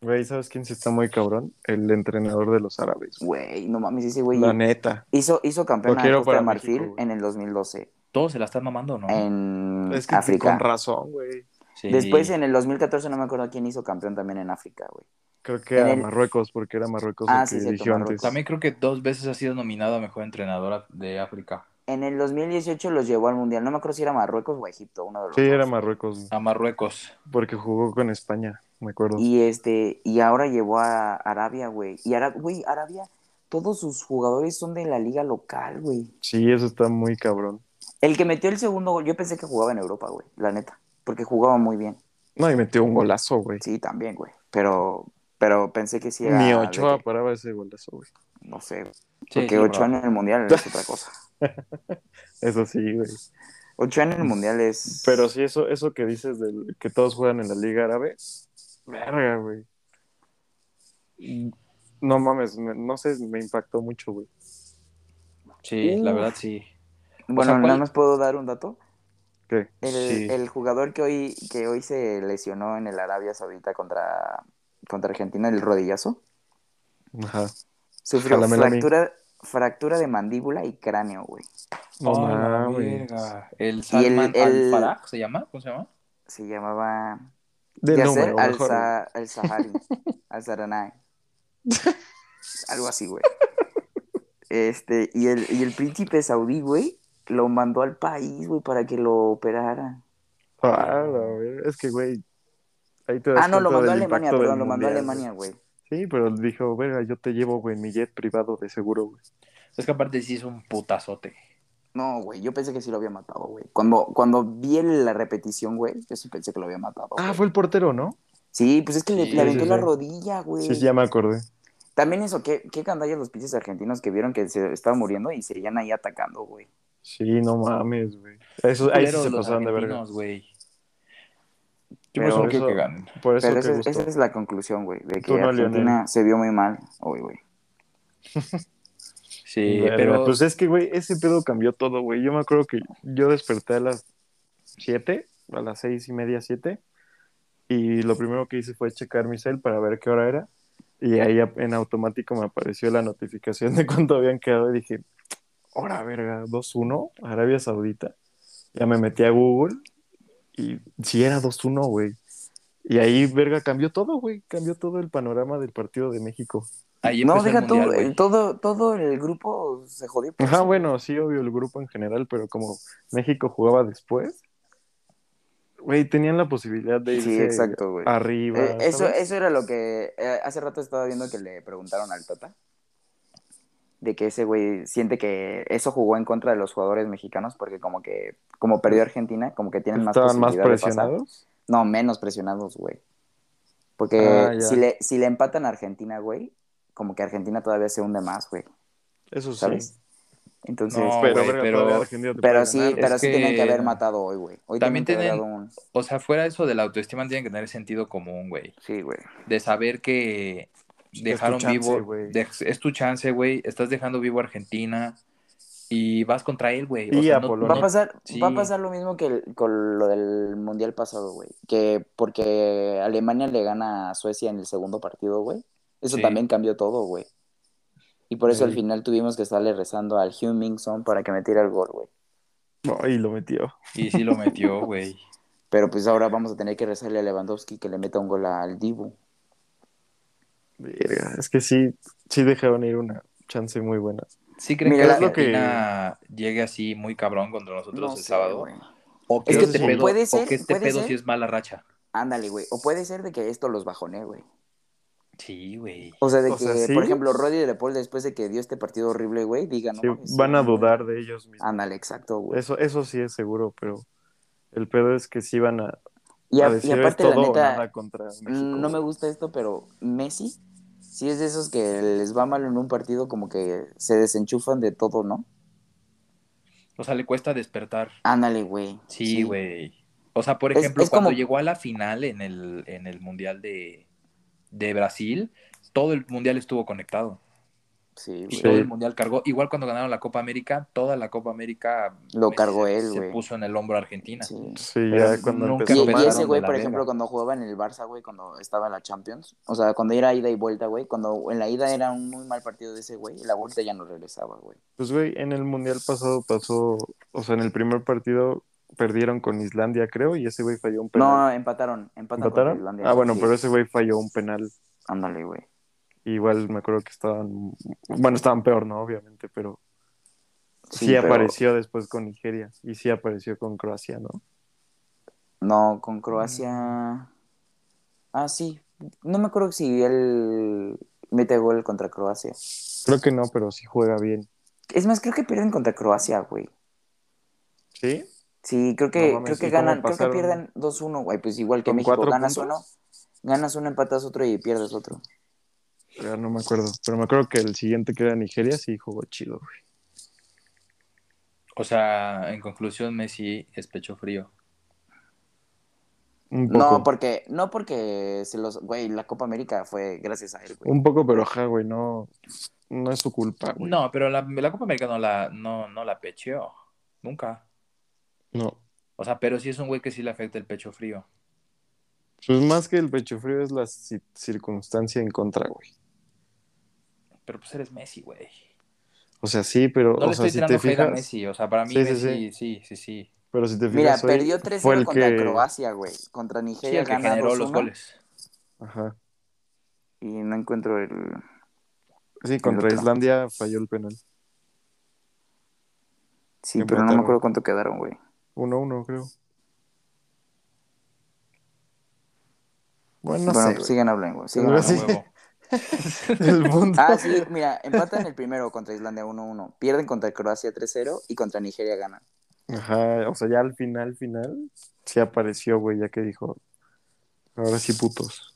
Güey, ¿sabes quién sí está muy cabrón? El entrenador de los árabes. güey. Güey, no mames, ese güey La neta. hizo, hizo campeón Lo a quiero Costa de para Marfil México, güey. en el 2012 Todos se la están mamando, ¿no? eh, en Es que África. con razón, güey. Sí. Después en el 2014 no me acuerdo quién hizo campeón también en África, güey. Creo que En a el- Marruecos, porque era Marruecos Ah, el sí, que cierto, dirigió Marruecos. antes. También creo que dos veces ha sido nominado a mejor entrenadora de África. En el 2018 los llevó al Mundial. No me acuerdo si era Marruecos o Egipto, uno de los Sí, dos. era Marruecos, A Marruecos. porque jugó con España, me acuerdo. Y este, y ahora llevó a Arabia, güey. Y Ara- güey, Arabia, todos sus jugadores son de la liga local, güey. Sí, eso está muy cabrón. El que metió el segundo gol, yo pensé que jugaba en Europa, güey, la neta, porque jugaba muy bien. No, y metió un golazo, güey. Sí, también, güey, pero, pero pensé que sí era... Ni de Ochoa pues. que- paraba ese golazo, güey. no sé, Sí, porque sí, Ochoa bro. en el Mundial es otra cosa. Eso sí, güey. Ochoa en el Mundial es... Pero sí, eso, eso que dices del que todos juegan en la Liga Árabe, verga, güey. No mames, me- no sé, me impactó mucho, güey. Sí, la Uf. verdad sí. Bueno, o sea, ¿cuál- nada más puedo dar un dato. ¿Qué? El, Sí. el jugador que hoy, que hoy se lesionó en el Arabia Saudita contra, contra Argentina, el rodillazo, Ajá. sufrió Jálamela a mí. fractura, fractura de mandíbula y cráneo, güey. No Oh, la mames. verga. El Salman el- el- Al-Faraj, ¿se llama? ¿Cómo se llama? Se llamaba De Yasser número, mejor, güey. al-Sa- al-Sahari, al-Saranay. Algo así, güey. Este, y el, y el príncipe saudí, güey, lo mandó al país, güey, para que lo operara. Ah, la verga. Es que, güey, ahí te das Ah, no, lo mandó cuenta a del Alemania, impacto del perdón, lo mandó a mundial, güey. Alemania, güey. Sí, pero dijo, verga, yo te llevo, güey, en mi jet privado de seguro, güey. Es que aparte sí es un putazote. No, güey, yo pensé que sí lo había matado, güey. Cuando, cuando vi el- la repetición, güey, yo sí pensé que lo había matado. Ah, güey. fue el portero, ¿no? Sí, pues es que le, Sí, le aventó sí, la sí. rodilla, güey. Sí, sí, ya me acordé. También eso, qué, qué canallas los pinches argentinos que vieron que se estaba muriendo y seguían ahí atacando, güey. Sí, no mames, güey. Eso, ahí sí Culeros se los pasaron de verga. argentinos, güey. Yo Pero- mejor por quiero eso- que ganen. Por eso Pero te esa, es- gustó. esa es la conclusión, güey, de que Tú no, Argentina Lionel. se vio muy mal hoy, güey. Sí, Verga, pero Pues es que, güey, ese pedo cambió todo, güey. Yo me acuerdo que yo desperté a las 7, a las seis y media, 7. Y lo primero que hice fue checar mi cel para ver qué hora era. Y ahí a- en automático me apareció la notificación de cuánto habían quedado. Y dije, hora verga, 2-1, Arabia Saudita. Ya me metí a Google. Y sí era 2-1, güey. Y ahí, verga, cambió todo, güey. Cambió todo el panorama del partido de México. ahí No, empezó el deja tú, mundial, el- güey. todo, todo el grupo se jodió. por Ajá, eso. bueno, sí, obvio, el grupo en general, pero como México jugaba después, güey, tenían la posibilidad de irse Sí, exacto, güey. arriba. Eh, eso, ¿sabes? eso era lo que eh, hace rato estaba viendo que le preguntaron al Tata. De que ese güey siente que eso jugó en contra de los jugadores mexicanos porque como que, como perdió Argentina, como que tienen más Estaban más posibilidad de pasar. presionados. No, menos presionados, güey. Porque Ah, ya. si le, si le empatan a Argentina, güey, como que Argentina todavía se hunde más, güey. Eso Pues sí. ¿Sabes? Entonces, No, pero, güey, verga, pero- todavía Argentina te pero puede sí, ganar, güey. pero Es sí tenían que que- haber matado hoy, güey. Hoy También tenían que haber tienen- dado un... O sea, fuera eso de la autoestima, tienen que tener sentido común, güey. Sí, güey. De saber que Es dejaron tu chance, vivo. güey. de- es tu chance, güey. Estás dejando vivo a Argentina y vas contra él, güey. Y sea, a no- Polonia. Va no- a pasar, sí. va a pasar lo mismo que el- con lo del mundial pasado, güey. Que porque Alemania le gana a Suecia en el segundo partido, güey. Eso Sí. también cambió todo, güey. Y por eso al Sí. final tuvimos que estarle rezando al Hugh Minson para que metiera el gol, güey. No, y lo metió. Y sí lo metió, güey. Pero pues ahora vamos a tener que rezarle a Lewandowski que le meta un gol al Dibu. Verga, es que sí, sí dejaron ir una chance muy buena. ¿Sí creen Mira, que lo que- Argentina llegue así muy cabrón contra nosotros No el sé, sábado? güey. O Es que este sí. pedo, puede o ser, que este puede pedo ser. sí es mala racha. Ándale, güey. O puede ser de que esto los bajone, güey. Sí, güey. O sea, de O que, sea, sí. por ejemplo, Rodri de Paul, después de que dio este partido horrible, güey, digan. Sí, van a dudar de ellos mismos. Ándale, exacto, Ah, güey. Eso, eso sí es seguro, pero el pedo es que sí van a, Y, a a- y decir es aparte, la todo o neta, mm, nada contra México. no me güey. gusta esto, pero Messi, sí es de esos que les va mal en un partido, como que se desenchufan de todo, ¿no? O sea, le cuesta despertar. Ándale, güey. Sí, güey. O sea, por Es- ejemplo, es cuando como- llegó a la final en el, en el Mundial de, de Brasil, todo el Mundial estuvo conectado. Sí, Y güey. todo el Mundial cargó. Igual cuando ganaron la Copa América, toda la Copa América Lo pues, cargó se- él, Se güey. puso en el hombro a Argentina. Sí. Sí, Pero ya cuando nunca Y, empezó y empezaron ese güey, de la por verga. ejemplo, cuando jugaba en el Barça, güey, cuando estaba en la Champions, o sea, cuando era ida y vuelta, güey, cuando en la ida era un muy mal partido de ese güey, la vuelta ya no regresaba, güey. Pues, güey, en el mundial pasado pasó, o sea, en el primer partido perdieron con Islandia, creo, y ese güey falló un penal. No, empataron, empatan ¿Empataron? con Irlanda. ah, bueno, Sí. pero ese güey falló un penal. Ándale, güey. Igual me acuerdo que estaban, bueno, estaban peor, ¿no? Obviamente, pero sí, pero- apareció después con Nigeria y sí apareció con Croacia, ¿no? No, con Mm. Croacia. Ah, sí. No me acuerdo si él mete gol contra Croacia. Creo que no, pero sí juega bien. Es más, creo que pierden contra Croacia, güey. ¿Sí? Sí, creo que, No mames, creo que ¿y cómo ganan, creo que pasaron? pierden 2-1, güey. Pues igual que ¿Con México, cuatro ganas uno, puntos? ganas uno, empatas otro y pierdes otro. Ya no me acuerdo. Pero me acuerdo que el siguiente que era Nigeria sí jugó chido, güey. O sea, en conclusión, Messi es pecho frío. Un poco. No, porque, no porque se los, güey, la Copa América fue gracias a él, güey. Un poco, pero ja, güey, no, no es su culpa, güey. No, pero la, la Copa América no la, no, no la pecheó. Nunca. No. O sea, pero sí es un güey que sí le afecta el pecho frío. Pues más que el pecho frío es la ci- circunstancia en contra, güey. Pero pues eres Messi, güey. O sea, sí, pero, No o le sea, estoy si tirando te hate a fijas, Messi. O sea, para mí Sí, sí, Messi, sí, sí, sí. pero si te fijas Mira, hoy, perdió fue 3-0 el contra que- Croacia, güey. Contra Sí, Nigeria el que gana generó 2-1, los goles. Ajá. Y no encuentro el... Sí, contra otro. Islandia falló el penal. Sí, Empataron. pero no me acuerdo cuánto quedaron, güey. 1-1, creo. Bueno, no Bueno, sé, güey. sigan hablando, güey. sigan Pero A hablando. sí. Ah, huevo. El mundo. Ah, sí, mira, empatan el primero contra Islandia 1-1, pierden contra Croacia 3-0 y contra Nigeria ganan. Ajá, o sea, ya al final, final, sí apareció, güey, ya que dijo, ahora sí putos.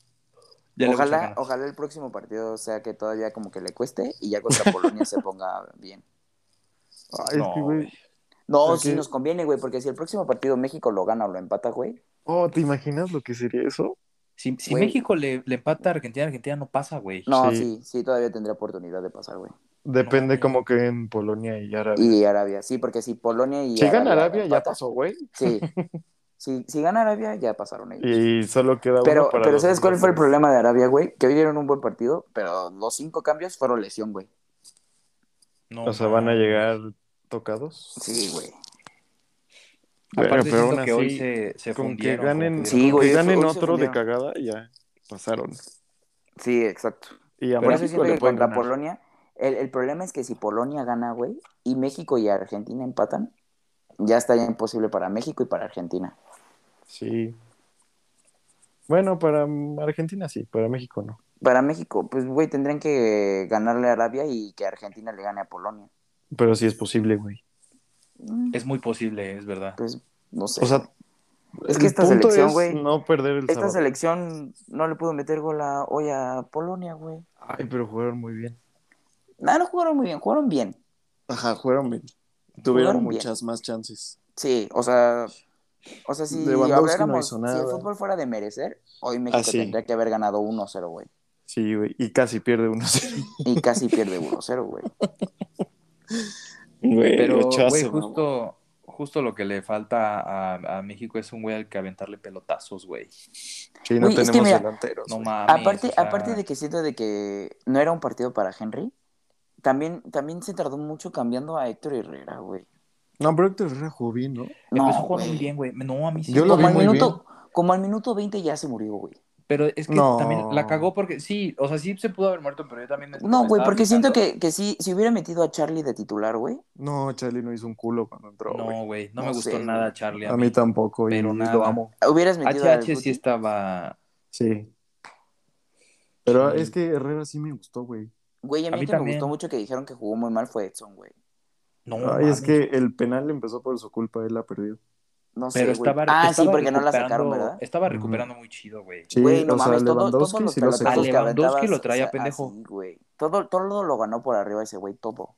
Ya le ojalá, echan ganas. ojalá el próximo partido sea que todavía como que le cueste y ya contra Polonia se ponga bien. Ay, es No, que, güey. güey. No, Porque- sí nos conviene, güey, porque si el próximo partido México lo gana o lo empata, güey. Oh, ¿te imaginas lo que sería eso? Si, si Güey. México le, le empata a Argentina, Argentina no pasa, güey. No, sí. Sí. sí, todavía tendría oportunidad de pasar, güey. Depende No. cómo queden Polonia y Arabia. Y Arabia, sí, porque si Polonia y Si gana Arabia Arabia, ya empatan, pasó, güey. Sí. Si, si gana Arabia, ya pasaron ellos. Y solo queda Pero, uno para pero los ¿sabes cuál fue el hombres. problema de Arabia, güey? Que hoy dieron un buen partido, pero los cinco cambios fueron lesión, güey. No, O sea, van a mames. llegar tocados. Sí, güey. Bueno, Aparte pero siento aún que hoy así, se, se Con que fundieron, ganen, como que Sí, dijeron. con güey, que ganen hoy se otro de fundieron. cagada, ya pasaron. Sí, exacto. Y a Por eso México siento le que pueden contra ganar. Polonia, el, el problema es que si Polonia gana, güey, y México y Argentina empatan, ya estaría imposible para México y para Argentina. Sí. Bueno, para mm, Argentina sí, para México no. Para México, pues, güey, tendrían que ganarle a Arabia y que Argentina le gane a Polonia. Pero sí es posible, güey. Mm, Es muy posible, es verdad. Pues, no sé. O sea, Es el que esta punto selección, es güey, No perder el esta sábado. selección no le pudo meter gol a, hoy a Polonia, güey. Ay, pero jugaron muy bien. Nah, no jugaron muy bien, jugaron bien. Ajá, jugaron bien. Tuvieron Jugaron bien. muchas más chances. Sí, o sea, o sea, si Lewandowski no habláramos, hizo nada. si el fútbol fuera de merecer, hoy México Ah, sí. tendría que haber ganado 1-0, güey. Sí, güey. Y casi pierde 1-0. Y casi pierde 1-0, güey. Güey, Pero, rechazo, güey, mamá. justo, justo lo que le falta a, a México es un güey al que aventarle pelotazos, güey. Sí, no Güey, es que tenemos mira, delanteros. No güey. mames. Aparte, o sea, aparte de que siento de que no era un partido para Henry, también, también se tardó mucho cambiando a Héctor Herrera, güey. No, pero Héctor Herrera jugó bien, ¿no? No, empezó jugando muy güey. bien, güey. No, a mí sí. Yo lo Como vi al muy minuto, como al minuto 20 ya se murió, güey. Pero es que No. también la cagó porque sí, o sea, sí se pudo haber muerto, pero yo también. me- No, me güey, estaba porque siento fijando. que, que sí, si hubiera metido a Charlie de titular, güey. No, Charlie no hizo un culo cuando entró. güey. No, güey, no, me No gustó sé, nada, güey. Charlie. a mí tampoco, y pero nada. lo amo. Hubieras metido al HH sí Guti. estaba. Sí. Pero Sí. es que Herrera sí me gustó, güey. Güey, a A mí, mí que me también. gustó mucho que dijeron que jugó muy mal fue Edson, güey. No, Ay, mames. es que el penal empezó por su culpa, él la perdió. No sé, Pero güey. estaba. Ah, sí, estaba porque no la sacaron, recuperando- este ¿verdad? Estaba Ujú. recuperando muy chido, güey. Sí, Güey, no o sea, mames, todo- Lewandowski todos los sí lo pelotazos A sacó. que aventabas, Lewandowski lo traía o sea, pendejo. así, güey. Todo, todo lo ganó por arriba ese güey, todo.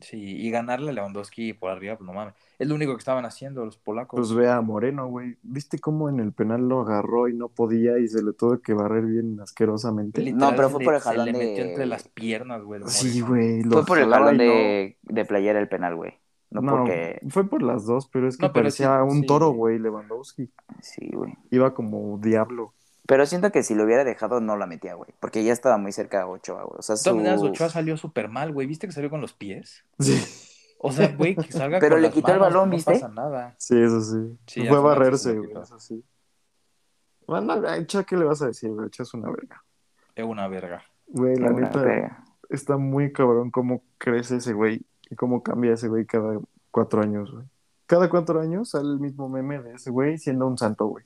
Sí, y ganarle a Lewandowski por arriba, pues no mames. Es lo único que estaban haciendo los polacos. Pues vea a Moreno, güey. ¿Viste cómo en el penal lo agarró y no podía y se le tuvo que barrer bien asquerosamente? Literal, pero se fue le- por el se jalón le de- metió entre las piernas, güey. el Sí, Moreno. güey. lo Fue por el jalaba balón y no- de, de playera el penal, güey. No, No, porque. fue por las dos, pero es que No, pero parecía sí, un sí. toro, güey, Lewandowski. Sí, güey. Iba como diablo. Pero siento que si lo hubiera dejado, no la metía, güey. Porque ya estaba muy cerca de Ochoa, güey. O sea, De todas maneras, su- Ochoa salió súper mal, güey. ¿Viste que salió con los pies? Sí, O sea, güey, que salga Pero con le las quitó el manos, balón, no ¿viste? pasa nada. sí, eso sí. Sí, al fue final barrerse, sí lo güey, quitó. eso sí. Bueno, a Echa, ¿qué le vas a decir, güey? Echa es una verga. Es una verga. Güey, la Una neta, verga. está muy cabrón cómo crece ese güey y cómo cambia ese güey cada cuatro años, güey. Cada cuatro años sale el mismo meme de ese güey siendo un santo, güey.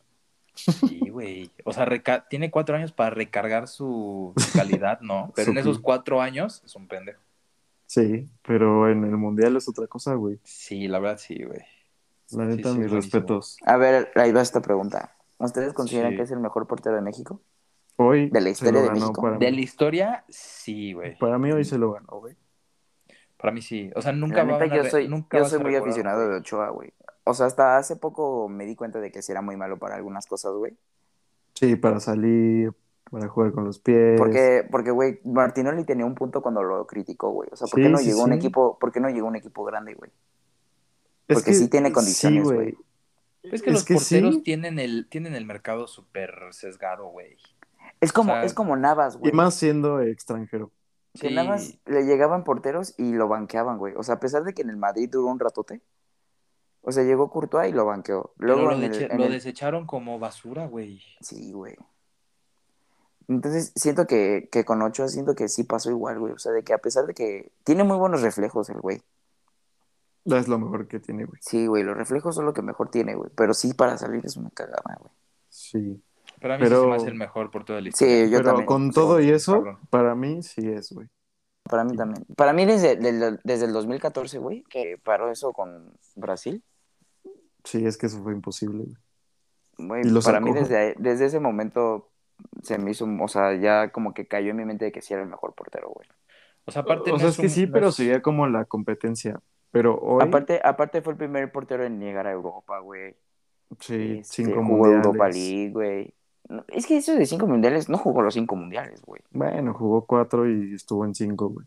Sí, güey. O sea, reca- tiene cuatro años para recargar su, su calidad, ¿no? Pero en Su- esos cuatro años es un pendejo. Sí, pero en el mundial es otra cosa, güey. Sí, la verdad, sí, güey. La neta, sí, mis buenísimo. respetos. A ver, ahí va esta pregunta. ¿Ustedes consideran Sí. que es el mejor portero de México? Hoy De la se historia lo de ganó México. De Para, mí. Pues, la historia, sí, güey. Para mí hoy se lo ganó, güey. Para mí sí. O sea, La nunca neta, van a yo re- soy, nunca yo vas soy a muy recordar- aficionado de Ochoa, güey. O sea, hasta hace poco me di cuenta de que sí era muy malo para algunas cosas, güey. Sí, para salir, para jugar con los pies. Porque, porque, güey, Martinoli tenía un punto cuando lo criticó, güey. O sea, ¿por qué Sí, no sí, llegó un sí. equipo, por qué no llegó un equipo grande, güey? Es porque sí tiene condiciones, güey. Es que Es los que porteros sí. tienen, el, tienen el mercado súper sesgado, güey. Es como, O sea, es como Navas, Y güey. más siendo extranjero. Que Sí. Navas le llegaban porteros y lo banqueaban, güey. O sea, a pesar de que en el Madrid duró un ratote. O sea, llegó Courtois y lo banqueó. Luego Pero lo, en el, deche- en lo el- desecharon como basura, güey. Sí, güey. Entonces, siento que, que con Ochoa siento que sí pasó igual, güey. O sea, de que a pesar de que tiene muy buenos reflejos el güey. Es lo mejor que tiene, güey. Sí, güey, los reflejos son lo que mejor tiene, güey. Pero sí, para salir es una cagada, güey. Sí. Para mí Pero- sí se me hace el mejor por toda la historia. Sí, yo Pero también. con todo y eso, cabrón. para mí sí es, güey. Para mí también. Para mí desde, del- desde el 2014, güey, que paró eso con Brasil. Sí, es que eso fue imposible, güey. Güey, Y lo para sacó. mí desde, desde ese momento se me hizo, o sea, ya como que cayó en mi mente de que sí era el mejor portero, güey. O sea, aparte o no sea, es, que un- sí, no pero es- sería como la competencia. Pero hoy, Aparte, aparte fue el primer portero en llegar a Europa, güey. sí, Este, cinco jugó mundiales. Europa League, güey. No, es que eso de cinco mundiales, no jugó los cinco mundiales, güey. Bueno, jugó cuatro y estuvo en cinco, güey.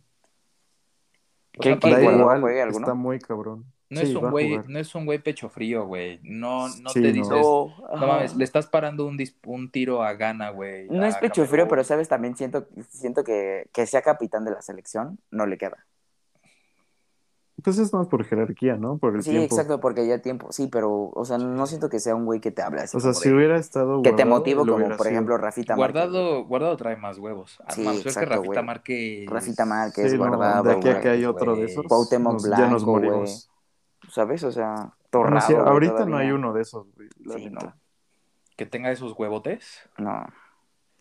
O ¿Qué- sea, qué Da aparte, Igual, igual, juegue alguno. está muy cabrón. no Sí, es va un a güey, jugar. no es un güey pecho frío, güey. No, no Sí, te no. dices, no, No, Oh, ajá. mames, Ah, le estás parando un, dis- un tiro a Ghana, güey. No a es pecho frío, Camerún. pero sabes, también siento, siento que, que sea capitán de la selección, no le queda. Pues es más por jerarquía, ¿no? Por el Sí, tiempo. exacto, porque ya tiempo, sí, pero, o sea, no siento que sea un güey que te habla así O sea, como si de- hubiera estado. que te Guardado, motivo él como, hubiera por sido. ejemplo, Rafita Márquez. Guardado, guardado trae más huevos. Ah, Sí, mames, pero es que exacto, Rafita güey. Márquez. Rafita Márquez, Sí, no, Guardado, de aquí a que güey. hay otro de güey. esos. Cuauhtémoc nos- ya nos Blanco, güey. morimos. ¿Sabes? O sea, Bueno, torrado. sí, güey, ahorita no todavía. hay uno de esos, güey. la Sí, neta. Que tenga esos huevotes. no,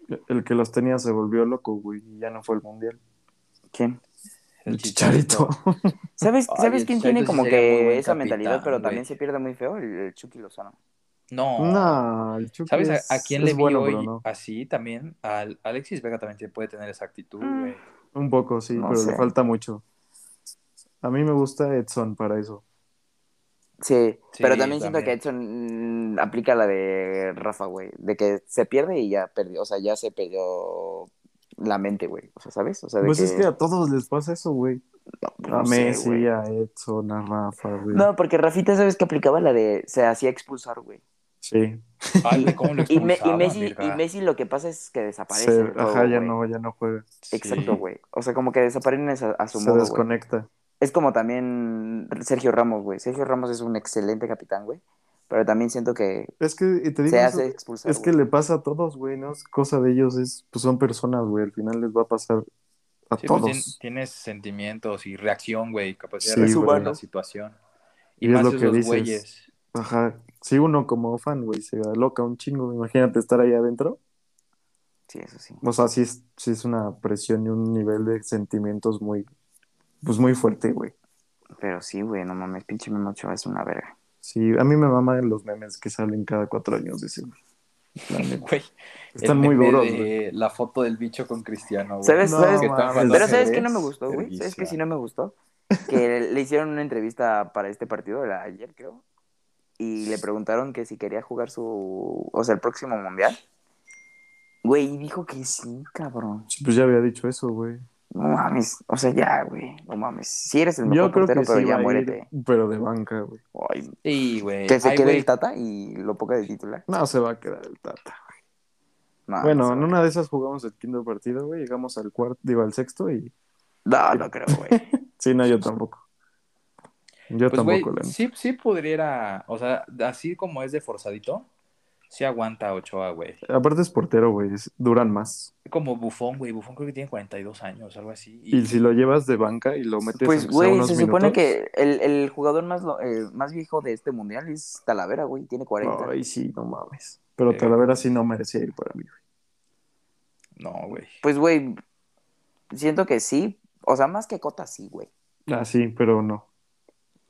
no. El que los tenía se volvió loco, güey, y ya no fue el mundial. ¿Quién? El chicharito. ¿Sabes, Ay, ¿sabes el quién Chicharito tiene sí como sería muy que buen esa mentalidad, capitán, pero güey. también se pierde muy feo? El, el Chucky Lozano. No. No, el Chucky ¿Sabes es- a, a quién es le vi bueno, hoy pero no. así también? Al Alexis Vega también te puede tener esa actitud, Mm. güey. Un poco, sí, No pero sé. le falta mucho. A mí me gusta Edson para eso. Sí, Sí, pero también siento también. que Edson mm, aplica la de Rafa, güey. De que se pierde y ya perdió. O sea, ya se perdió la mente, güey. O sea, ¿sabes? O sea, de Pues que... es que a todos les pasa eso, güey. no A sé, Messi, güey. a Edson, a Rafa, güey. No, porque Rafita, ¿sabes que aplicaba la de se hacía expulsar, güey? Sí. Ay, güey, ¿cómo lo Y, me- y expulsaban, Messi, verga? y Messi lo que pasa es que desaparece. Se- del juego, ajá, ya güey. no, ya no juega. Exacto, Sí. güey. O sea, como que desaparecen a, a su Se modo, güey. desconecta. Es como también Sergio Ramos, güey. Sergio Ramos es un excelente capitán, güey. Pero también siento que Es que y te digo, se eso, hace expulsar. es que güey. le pasa a todos, güey, no es cosa de ellos, es, pues son personas, güey. Al final les va a pasar a Sí, pues, todos. tien- tienes sentimientos y reacción, güey, capacidad Sí, de reacción güey. a la situación. Y Y, es más lo que esos dices. güeyes. Ajá. Si uno como fan, güey, se loca un chingo, imagínate estar ahí adentro. Sí, eso sí. O sea, sí es, sí es una presión y un nivel de sentimientos muy, pues muy fuerte, güey. Pero sí, güey, no mames, pinche Memo Ochoa es una verga. Sí, a mí me maman los memes que salen cada cuatro años de ese, güey. La neta. Güey, el Están muy meme duros, de güey. la foto del bicho con Cristiano, güey. ¿Sabes? No, ¿sabes? Que están mames. jugando Pero Los ¿sabes ajedrez. qué no me gustó, güey? ¿Sabes qué sí no me gustó? Que le hicieron una entrevista para este partido, era ayer creo, y le preguntaron que si quería jugar su, o sea, el próximo mundial. Güey, y dijo que sí, cabrón. Sí, Pues ya había dicho eso, güey. No mames, o sea, ya, güey, no mames. Sí eres el mejor Yo creo portero, que pero sí ya va a ir, muérete. pero de banca, güey. Ay, Sí, güey. que se Eh, Ay, quede güey, el Tata y lo ponga de titular. No se va a quedar el Tata. No, bueno, no, en una de esas jugamos el quinto partido, güey. Llegamos al cuarto, digo, al sexto y... no, no creo, güey. Sí, no, yo tampoco. Yo Pues, güey, tampoco, la neta. sí, sí pudiera, o sea, así como es de forzadito, sí aguanta a Ochoa, güey. Aparte es portero, güey. es- Duran más. Como Bufón, güey. Bufón creo que tiene 42 años, algo así. Y, Y si lo llevas de banca y lo metes Pues, aunque sea güey, unos se supone minutos, que el, el jugador más, lo- eh, más viejo de este mundial es Talavera, güey, tiene 40. Ay, sí, no mames. Pero Eh. Talavera sí no merecía ir para mí. güey. No, güey. Pues, güey, siento que sí. O sea, más que Cota, sí, güey. Ah, sí, pero no.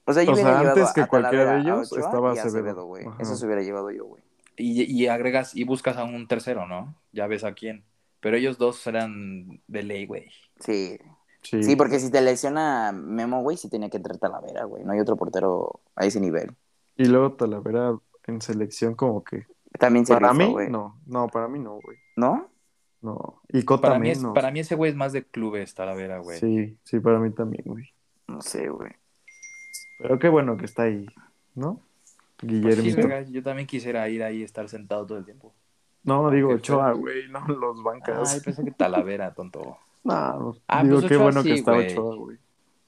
O sea, yo O hubiera sea, llevado antes que a cualquiera de Talavera, a ellos Ochoa estaba y a Acevedo. Acevedo, güey. Ajá. Eso se hubiera llevado yo, güey. Y, y agregas y buscas a un tercero, ¿no? Ya ves a quién. Pero ellos dos eran de ley, güey. Sí. Sí. Sí, porque si te lesiona Memo, güey, sí tenía que entrar Talavera, güey. No hay otro portero a ese nivel. Y luego Talavera en selección como que... También se para rifó, mí, güey. no. No, para mí no, güey. ¿No? No. Y Cota Para mí, es- menos. para mí ese güey es más de clubes, Talavera, güey. Sí, sí, para mí también, güey. No sé, güey. Pero qué bueno que está ahí, ¿no? Pues sí, Guillermito. verga, yo también quisiera ir ahí y estar sentado todo el tiempo. no, digo qué Ochoa, güey, no los bancas. Ay, pensé que Talavera, tonto. no, Ah, digo pues qué Ochoa bueno que sí, está güey. Ochoa, güey.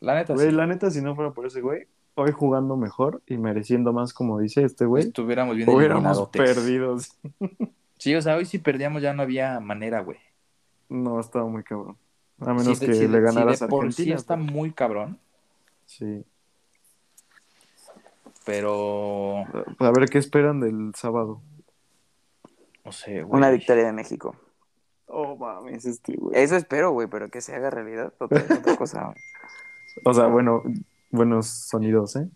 La neta, Güey, sí. la neta, si no fuera por ese güey, hoy jugando mejor y mereciendo más, como dice este güey, Estuviéramos bien hubiéramos eliminadotes. perdidos. Sí, o sea, hoy si perdíamos ya no había manera, güey. No, estaba muy cabrón. A menos Si de- que si de- le si ganaras de a por sí Argentina. está pues. muy cabrón, Sí. pero... A ver qué esperan del sábado. No sé, güey. Una victoria de México. Oh, mames, este güey. Eso espero, güey, pero que se haga realidad otra, otra cosa, güey. O sea, bueno, buenos sonidos, ¿eh?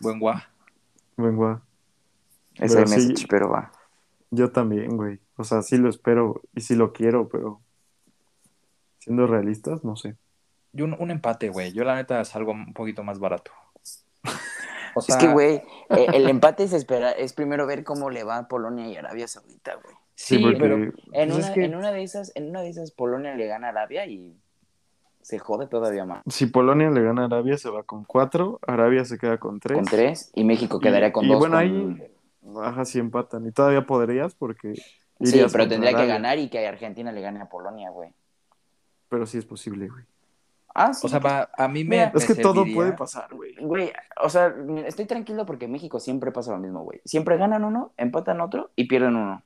Buen guá. Buen guau. Eso Pero es sí. message, pero va. Yo también, güey. O sea, sí lo espero y sí lo quiero, pero siendo realistas, no sé. Yo un, un empate, güey. Yo la neta salgo un poquito más barato. O sea, Es que, güey, eh, el empate es, espera, es primero ver cómo le va a Polonia y Arabia Saudita, güey. sí, porque- pero En, Pues una, es que- en, una de esas, en una de esas, Polonia le gana a Arabia y se jode todavía más. Si Polonia le gana a Arabia, se va con cuatro. Arabia se queda con tres. Con tres y México Y- quedaría con y dos. bueno, con- ahí Ajá, si empatan. Y todavía podrías porque. Sí, irías pero contra tendría que Arabia. ganar y que Argentina le gane a Polonia, güey. Pero sí es posible, güey. Ah, sí. o sea, va- a mí me. Mira, me Es que todo serviría- puede pasar, güey. Güey, o sea, mira, estoy tranquilo porque en México siempre pasa lo mismo, güey. Siempre ganan uno, empatan otro y pierden uno.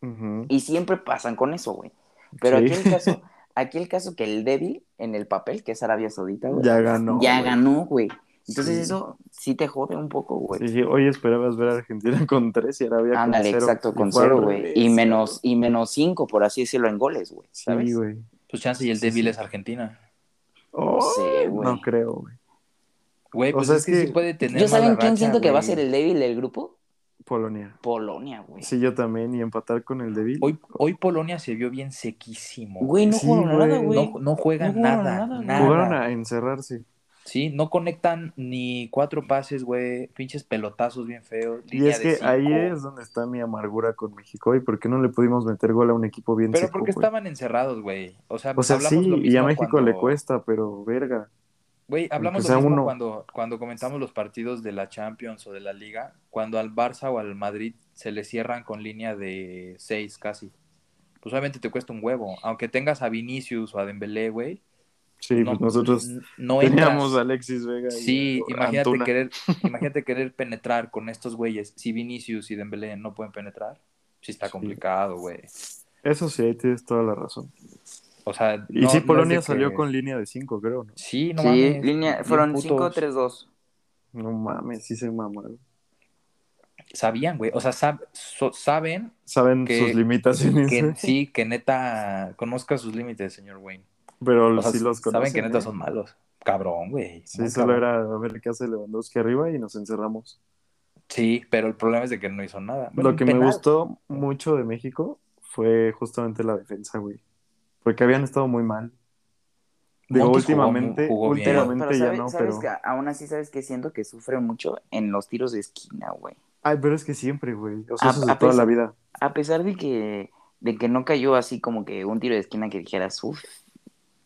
Ujú. Y siempre pasan con eso, güey. Pero Sí. aquí el caso, aquí el caso que el débil en el papel, que es Arabia Saudita, güey, Ya ganó. ya güey. ganó, güey. Entonces Sí. eso sí te jode un poco, güey. Sí, hoy esperabas ver a Argentina con tres y Arabia con Ándale, cero. exacto, Y con fue al cero, güey. revés. Y menos, y menos cinco, por así decirlo, en goles, güey. ¿Sabes? Sí, güey. Pues chance y el Sí, débil sí. es Argentina. No sé, güey. Oh, No creo, güey. Güey, O pues sea, es es que, sí que- puede tener. ¿Yo saben mala quién racha, siento que va a güey. ser el débil del grupo? Polonia. Polonia, güey. Sí, yo también, y empatar con el débil. Hoy, hoy Polonia se vio bien sequísimo. Güey, no Sí, jugaron güey. nada, güey. No, no juegan No jugaron nada. nada, güey. Nada. Jugaron a encerrarse. Sí, no conectan ni cuatro pases, güey. Pinches pelotazos bien feos. Y línea es de que cinco. ahí es donde está mi amargura con México. ¿Y por qué no le pudimos meter gol a un equipo bien Pero seco, porque güey? estaban encerrados, güey. O sea, O sea, hablamos sí, lo y a mismo México cuando- le cuesta, pero verga. Güey, hablamos Aunque lo sea mismo uno. cuando, cuando comentamos los partidos de la Champions o de la Liga, cuando al Barça o al Madrid se le cierran con línea de 6 casi. Pues obviamente te cuesta un huevo. Aunque tengas a Vinicius o a Dembélé, güey. Sí, pues nosotros n- no teníamos a entras. Alexis Vega. y Sí, a imagínate Antuna. querer, imagínate querer penetrar con estos güeyes. Si Vinicius y Dembélé no pueden penetrar, sí está Sí. complicado, güey. Eso sí, ahí tienes toda la razón. O sea, Y no- no sí, es de Polonia que- salió con línea de 5, creo, ¿no? Sí, no sí, mames, línea, bien fueron putos. 5-3-2. No mames, sí se mamaron. Sabían, güey. O sea, sab- so- saben Saben Que- sus limitaciones, que güey, sí, que neta conozca sus límites, señor Wayne. pero O sea, sí los conocen. saben que neta ¿eh? son malos. Cabrón, güey. Sí, Muy solo cabrón. era a ver qué hace Lewandowski arriba y nos encerramos. Sí, pero el problema es de que no hizo nada. Bueno, Lo que un penal. me gustó mucho de México fue justamente la defensa, güey. Porque habían estado muy mal. Digo, Montes jugó últimamente, mu- jugó bien. Pero, últimamente pero ya sabe- no, sabes pero... que aún así sabes que siento que sufre mucho en los tiros de esquina, güey. Ay, pero es que siempre, güey. O sea, A- eso es de a toda la pesar- vida. A pesar de que, de que no cayó así como que un tiro de esquina que dijeras, uff, O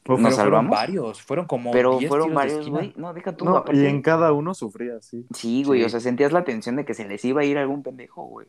Pero nos fueron salvamos. varios, fueron como pero 10 fueron tiros de varios, esquina. güey. No, deja tú, No, aparte. y en cada uno sufría, sí. Sí, güey, Sí. o sea, sentías la tensión de que se les iba a ir algún pendejo, güey.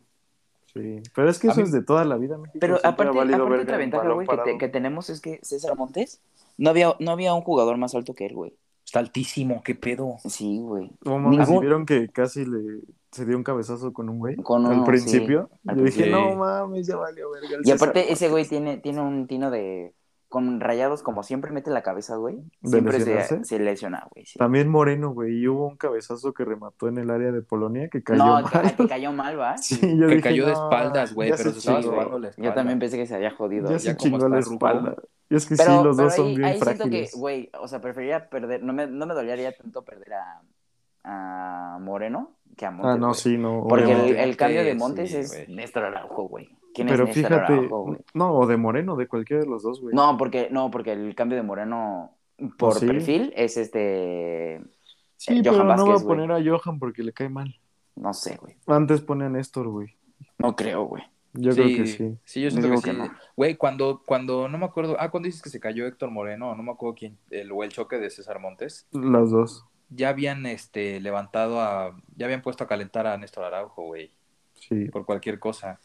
Sí. Pero es que A eso mí- es de toda la vida, México. Pero siempre ha aparte, valido aparte verga otra en ventaja, balón güey, que, te- parado. que tenemos es que César Montes no había, no había un jugador más alto que él, güey. Está altísimo, qué pedo. Sí, güey. No mames, Ningún- ¿vieron que casi le... Se dio un cabezazo con un güey Con al uno, principio. sí. Al Yo dije, principio. no mames, ya valió verga. el Y César". aparte, ese güey tiene, tiene un tino de. Con rayados, como siempre mete la cabeza, güey. ¿De Siempre se, lesionarse? se lesiona, güey. sí. También Moreno, güey. Y hubo un cabezazo que remató en el área de Polonia que cayó No, te, mal. te cayó mal, ¿va? Sí, yo que dije, cayó de "No, espaldas, güey, ya pero se se Pues estaba chingó". robando la espalda. Yo también pensé que se había jodido. Ya güey. se como chingó la está ruco. espalda. Es que Pero, sí, los pero dos son ahí, bien ahí siento que, frágiles. güey, o sea, preferiría perder, no me, no me dolería tanto perder a, a Moreno que a Montes. ah, no, güey. sí, no. Porque obviamente. el, obviamente, el cambio de sí, Montes es güey. Néstor Araujo, güey. ¿Quién Pero es Néstor fíjate, Araujo, güey? no, o de Moreno, de cualquiera de los dos, güey. No, porque, no, porque el cambio de Moreno por sí. perfil es este, sí, eh, pero Johan no va a Vázquez, poner a Johan porque le cae mal. no sé, güey. Antes pone a Néstor, güey. No creo, güey. Yo creo que sí. yo siento Digo que que sí. no. Güey, cuando, cuando, no me acuerdo, ah, cuando dices que se cayó Héctor Moreno, no me acuerdo quién, el, o el choque de César Montes, Las dos. ya habían este, levantado a, ya habían puesto a calentar a Néstor Araujo, güey, Sí. por cualquier cosa.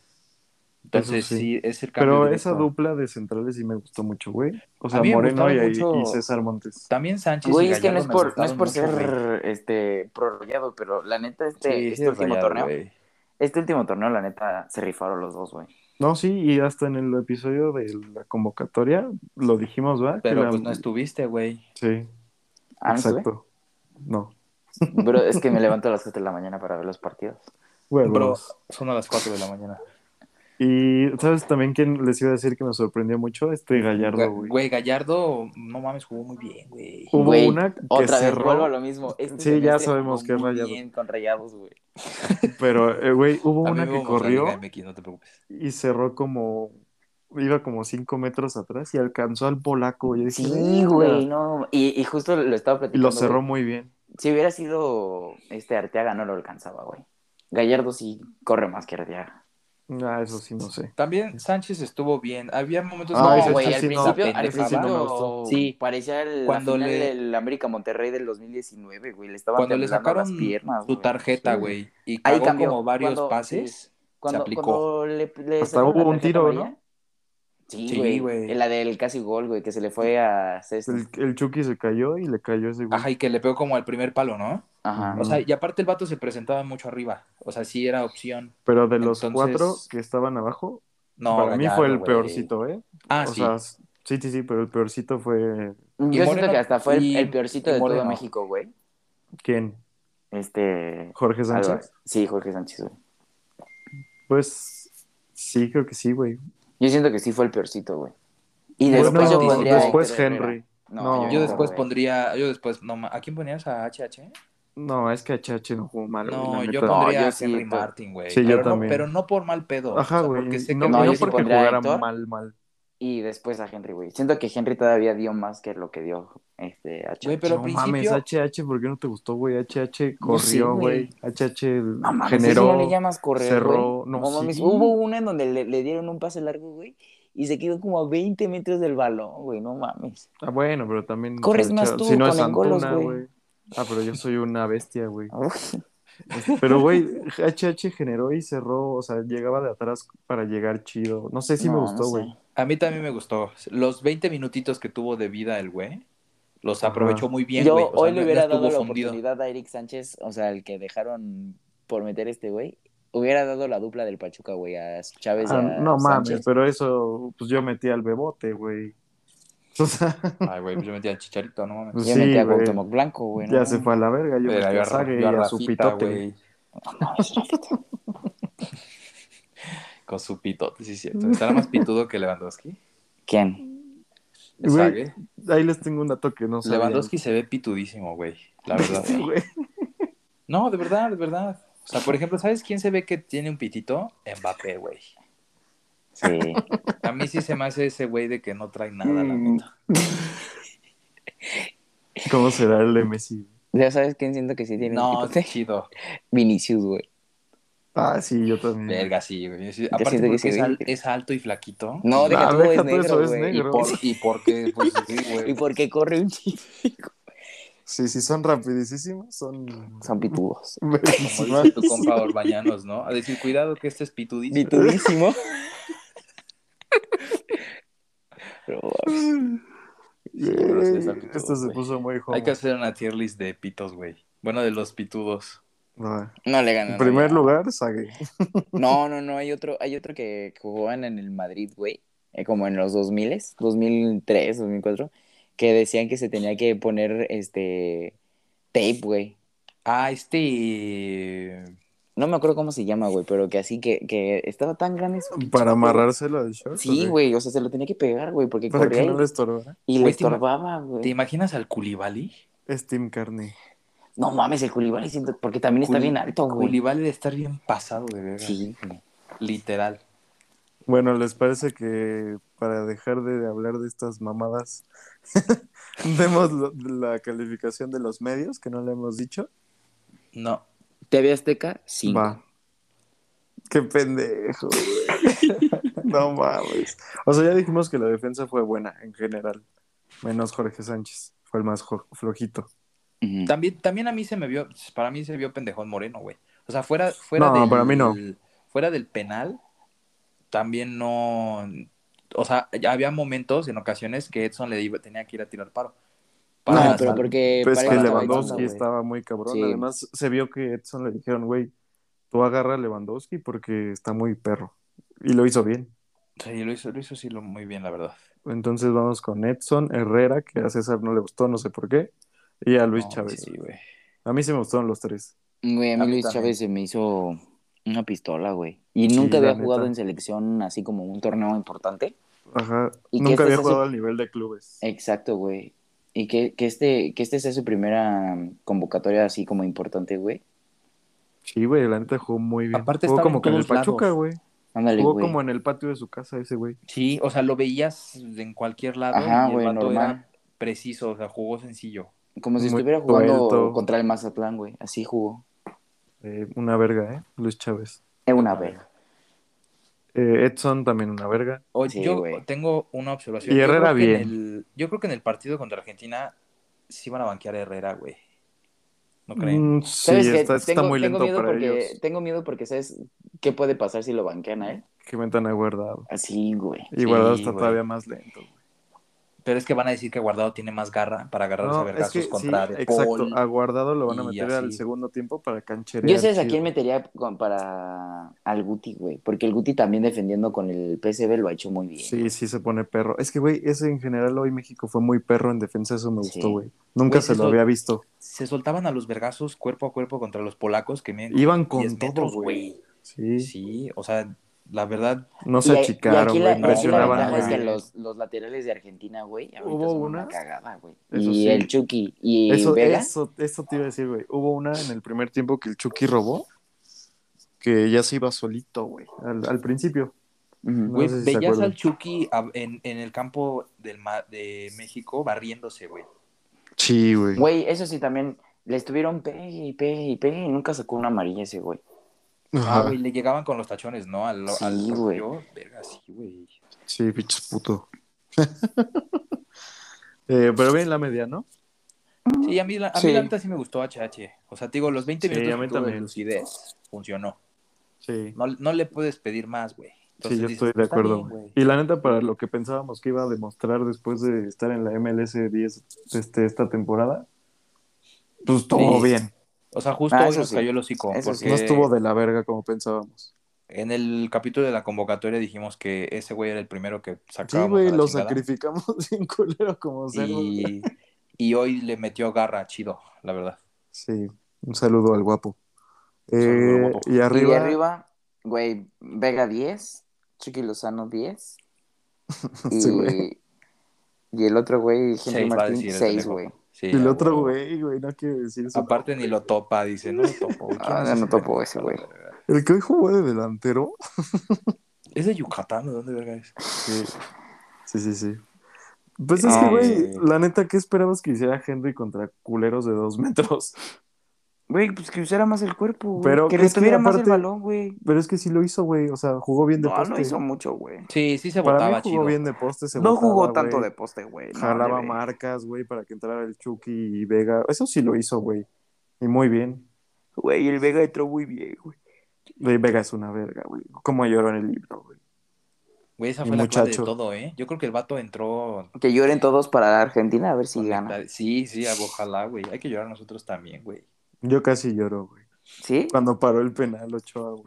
Entonces, sí. sí. es el cambio Pero directo. esa dupla de centrales sí me gustó mucho, güey. O A sea, mí me Moreno y, gustaron mucho- y César Montes. También Sánchez Güey, y es que no es Gallardo me por, no es gustaron por mucho, güey. ser este prorrollado, pero la neta, este, Sí, sí este es último Gallardo, torneo, güey. este último torneo, la neta, se rifaron los dos, güey. No, sí, y hasta en el episodio de la convocatoria lo dijimos, ¿verdad? Que Pero la- pues no estuviste, güey. Sí, Ah, ¿no estuve? exacto. No. Bro, es que me levanto a las 7 de la mañana para ver los partidos. Bro, Huevos. son a las 4 de la mañana. Y sabes también quién les iba a decir que me sorprendió mucho este Gallardo, güey. Güey, Gallardo, no mames, jugó muy bien, güey. Hubo Güey, una que Otra vez cerró, vuelvo a lo mismo. Este Sí, ya semestre sabemos jugó que es muy Rayados. bien con rayados, güey. pero eh, güey, hubo A mí una me que gusta la corrió Liga MX, no te preocupes. y cerró como iba como cinco metros atrás y alcanzó al polaco. Yo dije, Sí, "Verga". güey, no. Y, y justo lo estaba Y platicando. lo cerró güey. muy bien. Si hubiera sido este Arteaga, no lo alcanzaba, güey. Gallardo sí corre más que Arteaga. Ah, eso sí no sé. También Sánchez estuvo bien. Había momentos Ah, Pues no, ese güey, sí al no. principio, Ese al sí no me principio gustó. Sí. parecía el, Cuando cuando final le- del América Monterrey del 2019, güey. Le estaban cuando le temblando sacaron las piernas, su güey. tarjeta, Sí. güey, y Ahí cagó cambió. como varios Cuando- pases, Cuando, aplicó. cuando le, le Hasta sacaron la hubo un tarjeta tiro, amarilla. ¿no? Sí, Sí, güey. güey. La del casi gol, güey, que se le fue a César. El, el Chucky se cayó y le cayó ese güey. ajá, y que le pegó como al primer palo, ¿no? Ajá. O sea, y aparte el vato se presentaba mucho arriba. O sea, sí era opción. Pero de los Entonces- cuatro que estaban abajo, No, para mí fue Gallardo, el güey. peorcito, ¿eh? Ah, o sí. sea, sí, sí, sí, pero el peorcito fue. Y Yo siento Moreno- que hasta fue el, y- el peorcito y de todo Moreno. México, güey. ¿Quién? Este. ¿Jorge Sánchez? Álvarez. Sí, Jorge Sánchez, güey. Pues sí, creo que sí, güey. Yo siento que sí fue el peorcito, güey. Y Bueno, después yo no, pondría. a después Héctor Herrera. Henry. No, No. yo no, después güey. pondría, yo después, no, ma- ¿a quién ponías a HH? No, es que HH no jugó mal. güey, No, la yo neta. pondría No, yo a sí, Henry pero- Martin, güey. Sí, yo pero no, también. Pero no por mal pedo. Ajá, o sea, güey. porque sé no, que no, no yo sí porque pondría a jugara Héctor. mal, mal. Y después a Henry, güey. Siento que Henry todavía dio más que lo que dio este a Güey, Chávez. pero al no mames, principio. HH, ¿por qué no te gustó, güey? HH sé, corrió, güey. güey. HH No mames, generó. eso no le llamas correr, cerró, güey. no, mames, sí. hubo una en donde le, le dieron un pase largo, güey, y se quedó como a 20 metros del balón, güey, no mames. Ah, bueno, pero también. Corres más tú si no es con engolos, Antuna, güey. güey. Ah, pero yo soy una bestia, güey. Uf, Pero, güey, HH generó y cerró, o sea, llegaba de atrás para llegar chido. No sé si no, me no gustó, sé. güey. A mí también me gustó. Los 20 minutitos que tuvo de vida el güey, los Ajá. aprovechó muy bien, Yo güey. O sea, hoy no- le no hubiera estuvo dado la fundido. oportunidad a Eric Sánchez, o sea, el que dejaron por meter este güey, hubiera dado la dupla del Pachuca, güey, a Chávez Pues y Ah, a no mames, Sánchez. pero eso, pues yo metí al bebote, güey. O sea, Ay, güey, pues yo metí al chicharito, no mames. pues Yo sí, metí a güey. Cuauhtémoc Blanco, güey. Ya no se mames. fue a la verga, yo Pero metí yo a a Ra- Zague y yo a su Rafita, pitote, güey. Con su pitote, sí, es cierto. ¿Estará más pitudo que Lewandowski? ¿Quién? Güey, Zague. Ahí les tengo un dato que no sé. Lewandowski se ve pitudísimo, güey. La verdad. Sí, güey. No, de verdad, de verdad. O sea, por ejemplo, ¿sabes quién se ve que tiene un pitito? Mbappé, güey. Sí. A mí sí se me hace ese güey de que no trae nada, la Mm, neta. ¿Cómo será el de Messi? ya sabes quién siento que sí tiene un No, picote. es chido. Vinicius, güey. Ah, sí, yo también. Verga, sí, güey. Sí, Yo Aparte siento que porque sí, es, güey. al- es alto y flaquito. No, deja Ah, tú, deja es tú, eso, negro, es güey. Y, negro. por, y porque, pues sí, ¿Y güey. por qué corre un chico? Sí, sí, son rapidísimos, son... Son pitudos. Como dice tu compa Orbañanos, ¿no? A decir, cuidado que este es pitudísimo. Pitudísimo. Pero, pero sí, está Güey, pitudo, Esto se güey. puso muy joven. Hay que hacer una tier list de pitos, güey. Bueno, de los pitudos. no le ganan. Ah, en a primer nadie. lugar, Sague. No, no, no. Hay otro, hay otro que jugaban en el Madrid, güey. eh, como en los 2000, 2003, 2004. Que decían que se tenía que poner este tape, güey. Ah, este. No me acuerdo cómo se llama, güey, pero que así que, que estaba tan grande. su pinche Para vato, amarrárselo al short. güey. Sí, güey, o sea, se lo tenía que pegar, güey, porque Para corría que y- no le estorbara. y le Güey, te ima- estorbaba, güey. ¿Te imaginas al Culibali? Es Team Carney. No mames, el Culibali, siento- porque también está Culi- bien alto, güey. Culibali de estar bien pasado de verga. Sí, güey. Literal. Bueno, ¿les parece que para dejar de hablar de estas mamadas, demos lo- la calificación de los medios, que no le hemos dicho? No. TV Azteca, sí. Va. Qué pendejo. güey. no mames. O sea, ya dijimos que la defensa fue buena en general. Menos Jorge Sánchez. Fue el más jo- flojito. También, también a mí se me vio, para mí se vio pendejón moreno, güey. O sea, fuera, fuera No, del, para mí no. Fuera del penal, también no. O sea, ya había momentos en ocasiones que Edson le iba- tenía que ir a tirar paro. Para No, las- pero porque. Pues para que eso estaba Lewandowski Edson, güey. estaba muy cabrón. Sí. Además, se vio que Edson le dijeron, güey, tú agarra a Lewandowski porque está muy perro. Y lo hizo bien. Sí, lo hizo, lo hizo sí lo- muy bien, la verdad. Entonces vamos con Edson, Herrera, que a César no le gustó, no sé por qué. Y a Luis No, Chávez. sí, güey. A mí sí me gustaron los tres. Güey, a A mí mí Luis también. Chávez se me hizo una pistola, güey. Y Sí, nunca la había jugado neta. en selección así como un torneo importante. Ajá. ¿Y qué Nunca este había se jugado al nivel de clubes. Eh. Exacto, güey. Y que, que este, que este sea su primera convocatoria así como importante, güey. Sí, güey, la neta jugó muy bien. Aparte jugó estaba como en que en el todos lados. Pachuca, güey. Ándale, Jugó güey. como en el patio de su casa ese güey. Sí, o sea, lo veías en cualquier lado Ajá, y güey, el vato normal. era preciso, o sea, jugó sencillo. Como si muy estuviera jugando suelto. contra el Mazatlán, güey. Así jugó. Eh, una verga, ¿eh? Luis Chávez. Es una verga. Eh, Edson también una verga. Oye, Sí, yo güey. tengo una observación. Y Yo Herrera creo que en bien. el- yo creo que en el partido contra Argentina sí van a banquear a Herrera, güey. ¿No creen? Mm, sí, ¿Sabes qué? está, está tengo, muy tengo lento miedo para porque, ellos. Tengo miedo porque sabes qué puede pasar si lo banquean a él. Que metan a Guardado. Así, güey. Y Guardado Sí, está güey. todavía más lento. güey. Pero es que van a decir que Guardado tiene más garra para agarrarse a No, es vergazos que sí, contra De exacto. Paul. A Guardado lo van a y meter al así. segundo tiempo para cancherear. Yo sabes a chido. quién metería con- para al Guti, güey. Porque el Guti también defendiendo con el PSV lo ha hecho muy bien. Sí, sí se pone perro. Es que, güey, ese en general hoy México fue muy perro en defensa. Eso me Sí. gustó, güey. Nunca Güey, se lo eso- había visto. Se soltaban a los vergazos cuerpo a cuerpo contra los polacos que miden Iban con 10 todo, metros, güey. güey. Sí. Sí, o sea, la verdad, No Y se a- y achicaron, aquí la- güey. aquí la Presionaban ventaja muy es que bien. los, los laterales de Argentina, güey, ahorita Hubo son una unas- cagada, güey. Eso Y sí. el Chucky y Eso, Vega. eso, eso te iba a decir, güey. Hubo una en el primer tiempo que el Chucky robó, que ya se iba solito, güey, al, al principio. Ujú. No güey, sé si se veías acuerdan. al Chucky a- en, en el campo del ma- de México barriéndose, güey. Sí, güey. Güey, eso sí también le estuvieron pegue y pegue y pegue y nunca sacó una amarilla ese güey. Ah, Ajá. güey, le llegaban con los tachones, ¿no? Al, Sí, al güey. yo, verga, sí, güey. Sí, pinches puto. Eh, pero bien la media, ¿no? Sí, a mí, la, a mí Sí. la neta sí me gustó HH. O sea, te digo, los 20 Sí, minutos a mí que tuvo de también. lucidez funcionó. Sí. No, no le puedes pedir más, güey. Entonces sí, yo dices, estoy de "Está acuerdo. bien, güey. güey". y la neta, para lo que pensábamos que iba a demostrar después de estar en la MLS 10 este, esta temporada, pues estuvo Sí. bien. O sea, justo Ah, hoy eso nos sí. cayó el hocico. Eso sí. porque No estuvo de la verga como pensábamos. en el capítulo de la convocatoria dijimos que ese güey era el primero que Sí, sacábamos güey, a la lo chingada. sacrificamos sin culero como cerdo. Y, y hoy le metió garra chido, la verdad. Sí, un saludo al guapo. Un saludo al Eh, guapo. y arriba, Y de arriba, güey, Vega 10, Chucky Lozano 10. Y, Sí, güey. y el otro güey, Henry Seis, va a decir Martín, el 6, pendejo. güey. Sí, el a otro huevo. güey, güey, no quiere decir su Aparte ni lo topa, dice, no lo topo. güey. ¿Quién Ah, es ya no ese topo pendejo? ese, güey. nombre. El que hoy jugó de delantero. ¿Es de Yucatán? ¿De dónde verga es? Sí, sí, sí. sí. Pues es Eh, que, güey, la neta, ¿qué esperabas que hiciera Henry contra culeros de dos metros? Güey, pues que usara más el cuerpo, güey. Pero que es que retuviera más el aparte- balón, güey. Pero es que sí lo hizo, güey. O sea, jugó bien de No, poste. no hizo mucho, güey. Sí, sí se Para mí votaba jugó chido. bien de poste. se No botaba, jugó tanto güey. de poste, güey. No, Jalaba de- marcas, güey, para que entrara el Chucky y Vega. Eso sí lo hizo, güey. Y muy bien. Güey, el Vega entró muy bien, güey. Güey, Vega es una verga, güey. Cómo lloró en el libro, güey. Güey, esa Mi fue la clave de muchacho. todo, ¿eh? Yo creo que el vato entró... Que lloren todos para Argentina a ver si gana. conectado. Sí, sí, ojalá, güey. Hay que llorar nosotros también, güey. Yo casi lloro, güey. ¿Sí? Cuando paró el penal Ochoa, güey.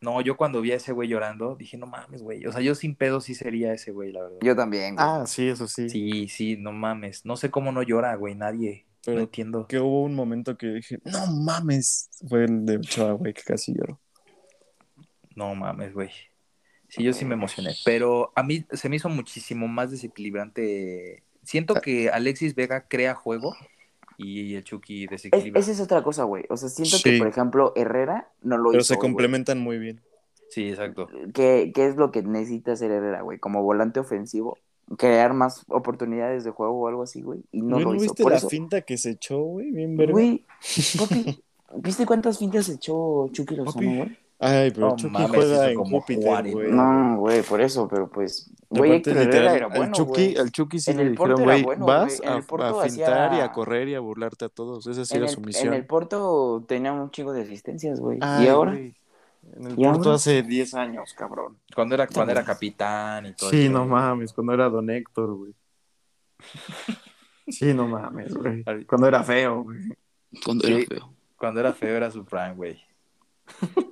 No, yo cuando vi a ese güey llorando, dije, no mames, güey. O sea, yo sin pedo sí sería ese güey, la verdad. Yo también, güey. Ah, sí, Ah, eso sí. Sí, sí, no mames. No sé cómo no llora, güey, nadie. No Pero entiendo. que hubo un momento que dije, no mames, fue el de Ochoa, güey, que casi lloro. No mames, güey. Sí, yo sí me emocioné. Pero a mí se me hizo muchísimo más desequilibrante. Siento que Alexis Vega crea juego y el Chucky Es- desequilibra. esa es otra cosa, güey. O sea, siento Sí. que, por ejemplo, Herrera no lo Pero hizo. se güey. complementan muy bien. Sí, exacto. ¿Qué, qué es lo que necesita hacer Herrera, güey? Como volante ofensivo, crear más oportunidades de juego o algo así, güey. Y no Güey, lo ¿No hizo. viste Por la eso, finta que se echó, güey? Bien verga. güey, papi, ¿viste cuántas fintas echó Chucky Lozano, Papi. güey? Ay, pero No Chucky mames, hizo juega en como Júpiter, Juárez, güey. No, güey, por eso, pero pues, güey, Aparte, Héctor Herrera literal, era bueno, al, Chucky, güey. al Chucky sí En le el Porto dijeron, era güey, bueno, vas güey. En a, el Porto a fintar hacía- y a correr y a burlarte a todos. Esa sí En era el, su en el misión. Porto tenía un chingo de asistencias, güey. Ay, y ahora, güey, En el ¿Y Porto ahora? hace 10 años, cabrón. Cuando era, cuando era capitán y todo Sí, eso, no güey. mames, cuando era Don Héctor, güey. Sí, no mames, güey. Ahorita- Cuando era feo, güey. Cuando Sí. era feo. Cuando era feo era su prime, güey.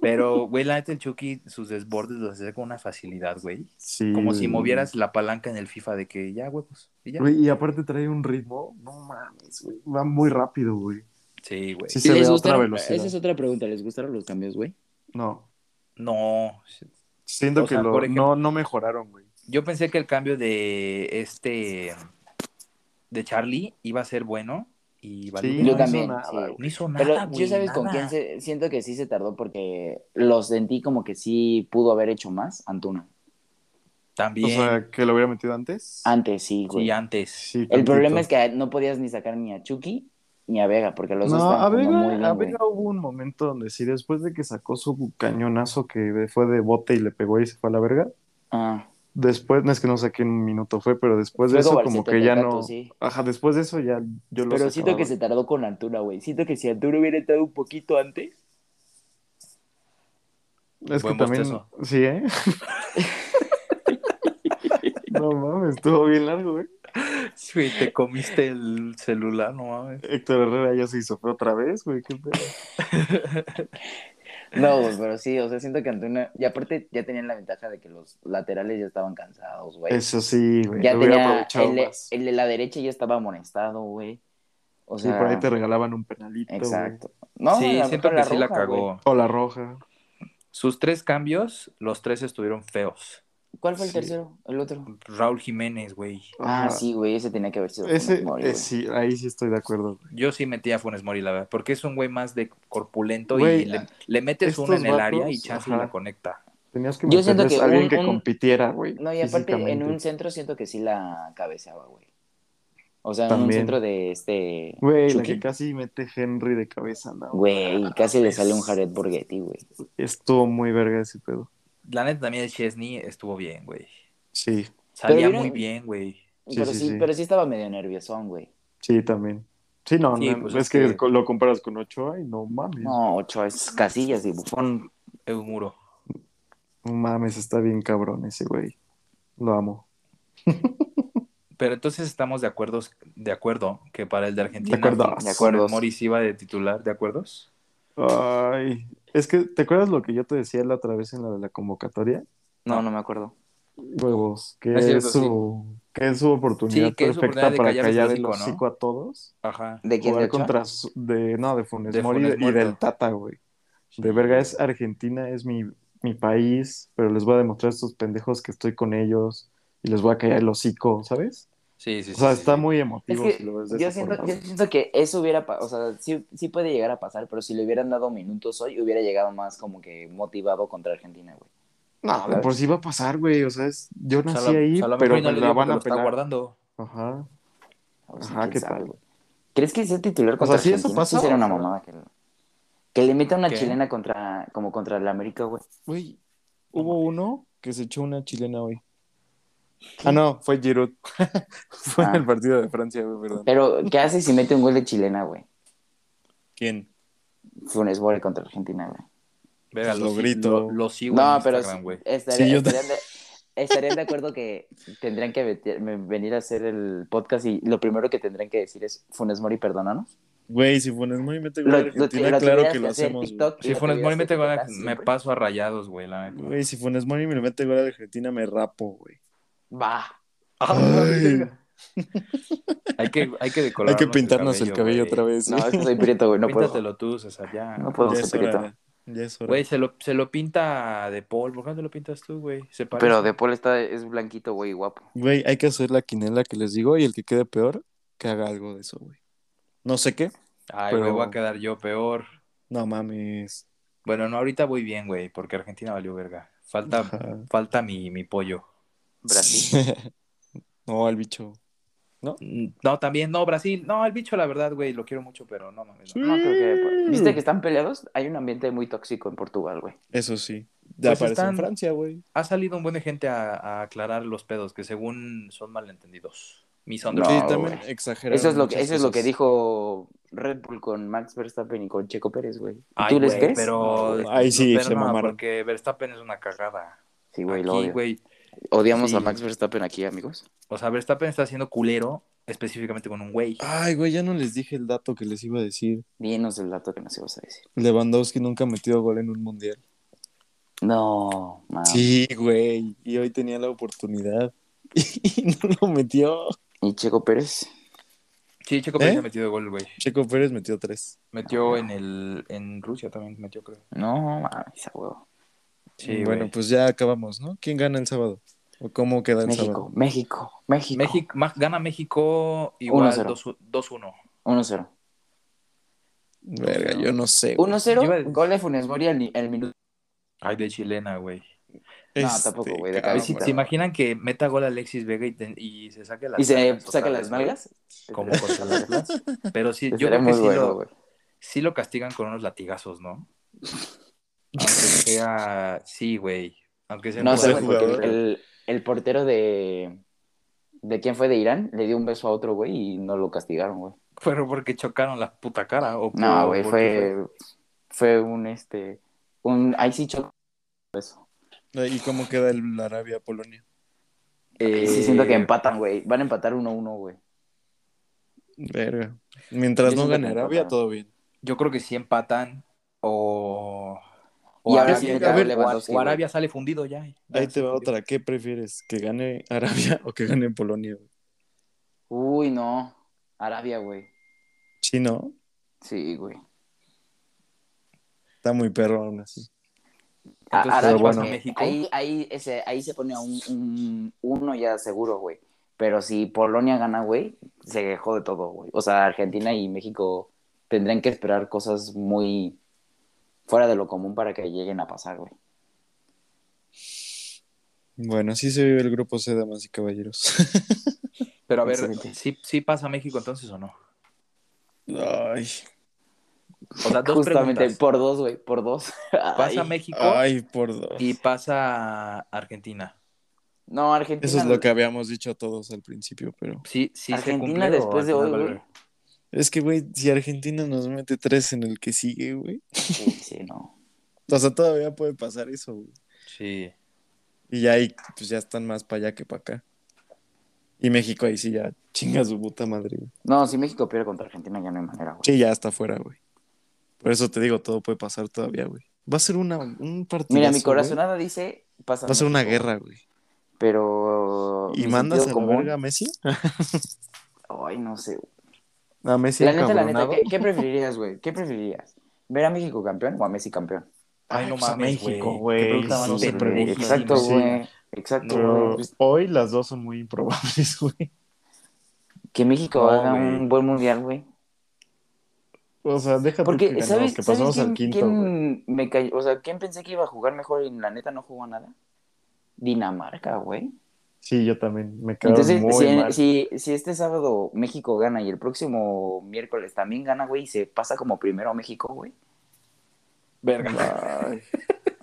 Pero, güey, la neta, el Chucky, sus desbordes los hacía con una facilidad, güey. Sí. Como si güey. movieras la palanca en el FIFA de que ya, güey, pues, y ya. Mm. Güey, y aparte trae un ritmo, no mames, güey. Va muy rápido, güey. Sí, güey. Sí se ve a otra gustaron- velocidad. Esa es otra pregunta. ¿Les gustaron los cambios, güey? No. No. Siento O sea, que lo- por ejemplo- no, no mejoraron, güey. Yo pensé que el cambio de este. de Charlie iba a ser bueno. Y valió. Sí, no, yo hizo también, nada, sí. güey. no hizo nada. Pero yo güey, sabes con nada. quién se- siento que sí se tardó porque los sentí como que sí pudo haber hecho más Antuna. También. O sea, que lo hubiera metido antes. Antes sí, güey. sí, antes. Sí, el tantito. problema es que no podías ni sacar ni a Chucky ni a Vega porque los dos No, estaban a como Vega, muy a bien, güey. Vega hubo un momento donde sí, después de que sacó su cañonazo que fue de bote y le pegó y se fue a la verga, Ah, después, no es que no sé qué minuto fue, pero después Pues de Luego eso como Balceta que ya Tecatito, no... sí. Ajá, después de eso ya yo lo Pero siento que se tardó con Antuna, güey. Siento que si Antuna hubiera estado un poquito antes. Es que Buen también... bostezo. Sí, ¿eh? no mames, estuvo bien largo, güey. Sí, güey, te comiste el celular, no mames. Héctor Herrera ya se hizo fue otra vez, güey. qué pedo. Pues, No, güey, pero sí, o sea, siento que Antuna. Y aparte, ya tenían la ventaja de que los laterales ya estaban cansados, güey. Eso sí, güey. ya lo hubiera tenía. aprovechado El, de- más. el de la derecha ya estaba amonestado, güey. O Sí, sea, por ahí te regalaban un penalito, güey. Exacto. No, a sí, lo siento mejor que sí la roja, cagó. güey. O la roja. Sus tres cambios, los tres estuvieron feos. ¿Cuál fue el Sí. tercero? El otro. Raúl Jiménez, güey. Ah, Ajá. sí, güey, ese tenía que haber sido. Ese, Funes Mori, eh, güey. sí, ahí sí estoy de acuerdo. güey. Yo sí metía a Funes Mori, la verdad, porque es un güey más de corpulento Güey, y le, le metes estos uno en el vatos, área y chance y ajá. la conecta. Tenías que Yo siento meterles que a alguien un- que un- compitiera, güey. No, y aparte, en físicamente. un centro siento que sí la cabeceaba, güey. O sea, en un También. centro de este. Güey, la Chucky. que casi mete Henry de cabeza, no. Güey, casi le sale un Jared Borghetti, güey. Estuvo muy verga ese pedo. La neta también el Chesney estuvo bien, güey. Sí, Salía vieron- muy bien, güey. Sí, pero, sí, sí, sí. pero sí estaba medio nerviosón, güey. sí, también. Sí, no, Sí, no, pues es es que, que- co- lo comparas con Ochoa y no mames. No, No, ocho es casillas y bufón. Es un muro. mames, está bien cabrón ese güey. Lo amo. Pero entonces estamos de acuerdo, de acuerdo que para el de Argentina, De acuerdo. Funes De acuerdo. Mori sí iba de titular, ¿de acuerdos? Ay, es que, ¿te acuerdas lo que yo te decía la otra vez en la de la convocatoria? Ah. No, no me acuerdo. Huevos, que Ah, es, cierto, su, que es su oportunidad Sí, que es su perfecta oportunidad de para callar el callar el hocico, ¿no? hocico a todos. Ajá. ¿De quién? jugar ¿De Ochoa? contra su- de no de Funes De Mori Funes y Muerto. del Tata, güey. De verga es Argentina, es mi, mi país, pero les voy a demostrar a estos pendejos que estoy con ellos y les voy a callar el hocico, ¿sabes? Sí, sí, O sí. sea, sí, está sí. muy Es emotivo que si lo ves de yo esa siento, forma. yo siento que eso hubiera, pa- o sea, sí, sí puede llegar a pasar, pero si le hubieran dado minutos hoy, hubiera llegado más como que motivado contra Argentina, güey. No, de por sí va a pasar, güey. O sea, es- yo O sea, nací a lo- ahí, o sea, a lo pero mejor y no me le la digo van porque a lo está pelar. guardando. Ajá. A ver si Ajá, quién ¿qué sabe, tal? güey. ¿Crees que sea titular contra O sea, si eso Argentina? pasa, Sí sería una o sea- mamada que, que le meta una ¿Qué? chilena contra, como contra el América, güey. Güey, hubo uno que se echó una chilena hoy. Ah, no, fue Giroud. fue Ah. en el partido de Francia, güey, perdón. Pero, ¿qué hace si mete un gol de chilena, güey? ¿Quién? Funes Mori contra Argentina, güey. Verga, Pues lo lo, sig- grito. Lo, lo sigo No, en pero Instagram, güey. estaría- Sí, yo estarían, de, estarían de acuerdo que tendrían que vete- venir a hacer el podcast y lo primero que tendrían que decir es Funes Mori, perdónanos. Güey, si Funes Mori mete Lo- gol a lo- Argentina, lo claro tuvieras que que lo hacer hacemos. TikTok. Si lo Funes tuvieras Mori que mete gol, tocar me siempre. paso a rayados, güey, la neta. güey. Güey, si Funes Mori me lo mete gol a Argentina, me rapo, güey. Va. Ah, Ay. verga. Hay que, hay que Hay decorar. que pintarnos el cabello otra vez. No, ¿eh? es que soy prieto, güey. No puedo. Píntatelo tú, César, ya. No puedo. ya, no, es secreto. hora, ya es hora. Güey, se lo, se lo pinta de Paul. ¿Por qué no te lo pintas tú, güey? Se parece. Pero de Paul está, es blanquito, güey, guapo. Güey, hay que hacer la quinela que les digo y el que quede peor, que haga algo de eso, güey. No sé qué. Ay, pero- güey, voy a quedar yo peor. No mames. Bueno, no, ahorita voy bien, güey, porque Argentina valió verga. Falta, Ajá. falta mi, mi pollo. Ah, Brasil. no, al bicho. Mm, No, también, no, Brasil. No, el bicho, la verdad, güey, lo quiero mucho, pero no mames. no. No creo que. ¿Viste que están peleados? Hay un ambiente muy tóxico en Portugal, güey. Eso sí. Ya Pues aparece están- en Francia, güey. Ha salido un buen de gente a, a aclarar los pedos, que según son malentendidos. Mis No, sí, unders. también güey. exageraron Eso es lo que, muchas eso es lo que cosas. dijo Red Bull con Max Verstappen y con Checo Pérez, güey. ¿Tú Ay, les güey, crees? pero... Ahí sí pero se no, mamaron. Porque Verstappen es una cagada. Sí, güey, lo Aquí, odio. güey, Odiamos Sí. a Max Verstappen aquí, amigos. o sea, Verstappen está haciendo culero específicamente con un güey. Ay, güey, ya no les dije el dato que les iba a decir. Dinos el dato que nos ibas a decir. Lewandowski nunca ha metido gol en un mundial. No, man. Sí, güey. Y hoy tenía la oportunidad. Y no lo metió. ¿Y Checo Pérez? Sí, Checo Pérez ¿Eh? ha metido gol, güey. Checo Pérez metió tres. Metió en el en Rusia también, metió, creo. No, mames, a huevo. Sí, bueno, güey. pues ya acabamos, ¿no? ¿Quién gana el sábado? ¿O cómo queda el México, sábado? México, México, México, ma- gana México igual 1-0. 2-1. 1-0. Verga, yo no Eh, sé. güey. 1-0, Yo iba a decir- gol de Funes Mori al, ni- al minuto. Ay, de chilena, güey. No, tampoco, güey, de A ver Este, si cabrón, Cabecita. se imaginan que meta gol Alexis Vega y, te- y se saque las Y se nalgas saca otra las vez, güey, nalgas. Como contra las Atlas. Pero sí, Pues, Estaría yo creo que muy sí, bueno, lo, güey. sí lo castigan con unos latigazos, ¿no? Aunque sea. Sí, güey. Aunque sea. No sé, sé, güey, jugador. porque el, el portero de... ¿De quién fue? ¿De Irán? Le dio un beso a otro, güey, y no lo castigaron, güey. Pero porque chocaron la puta cara. O No, por- güey, porque fue... Fue un, este... Un... Ahí sí chocó. güey. Eh, ¿Y cómo queda el Arabia-Polonia? Ahí sí Eh, siento que empatan, güey. Van a empatar 1-1, güey. Verga. Mientras Yo no siento gane que Arabia, empataron. todo bien. Yo creo que si empatan o. Y O ahora Arabia, sí mete a o- Lewandowski, o güey. Arabia sale fundido ya. Ahí Ya te va sale fundido. otra. ¿Qué prefieres? ¿Que gane Arabia o que gane Polonia? güey? Uy, no. Arabia, güey. Sí, no. Sí, güey. Está muy perro aún así. A- Entonces, Arabia, pero bueno. porque México. Ahí, ahí, ese, ahí se pone a un, un- uno ya seguro, güey. Pero si Polonia gana, güey, se jode todo, güey. O sea, Argentina y México tendrían que esperar cosas muy fuera de lo común para que lleguen a pasar, güey. Bueno, así se vive el grupo C, damas y caballeros. Pero a ver, Excelente. ¿sí, ¿sí pasa México entonces o no? Ay, O sea, dos Justamente preguntas. por dos, güey, por dos. Pasa Ay. México ay, por dos. y pasa Argentina. No, Argentina. Eso es lo que habíamos dicho todos al principio, pero... Sí, sí se Argentina cumplió, después de al hoy, final, güey. Es que, güey, si Argentina nos mete tres en el que sigue, güey. Sí, sí, no. O sea, todavía puede pasar eso, güey. Sí. Y ya ahí, pues ya están más para allá que para acá. Y México ahí sí ya chinga su puta madre, güey. No, si México pierde contra Argentina ya no hay manera, güey. Sí, ya está fuera, güey. Por eso te digo, todo puede pasar todavía, güey. Va a ser una, un partido. Mira, mi corazonada dice. Pasa Va a ser una México, guerra, güey. Pero. ¿Y mi mandas a sentido la común- verga a Messi? Ay, no sé, A Messi la neta, la neta, encabronado. ¿qué, qué preferirías, güey? ¿Qué preferirías? ¿Ver a México campeón o a Messi campeón? Ay, no pues a mames, México, güey. Qué güey. pregunta No más se pregunta. pendejísima. Exacto, sí. güey. Exacto, güey. Pero Pues, hoy las dos son muy improbables, güey. que México No, haga güey. un buen mundial, güey. O sea, déjate que, Porque, ganamos, ¿sabes, que ¿sabes pasamos quién, al quinto, güey. quién me cayó? O sea, ¿quién pensé que iba a jugar mejor y la neta no jugó nada? Dinamarca, güey. Sí, yo también. Me quedo Entonces, muy mal. si, si, si este sábado México gana y el próximo miércoles también gana, güey, y se pasa como primero a México, güey. Verga. Ay,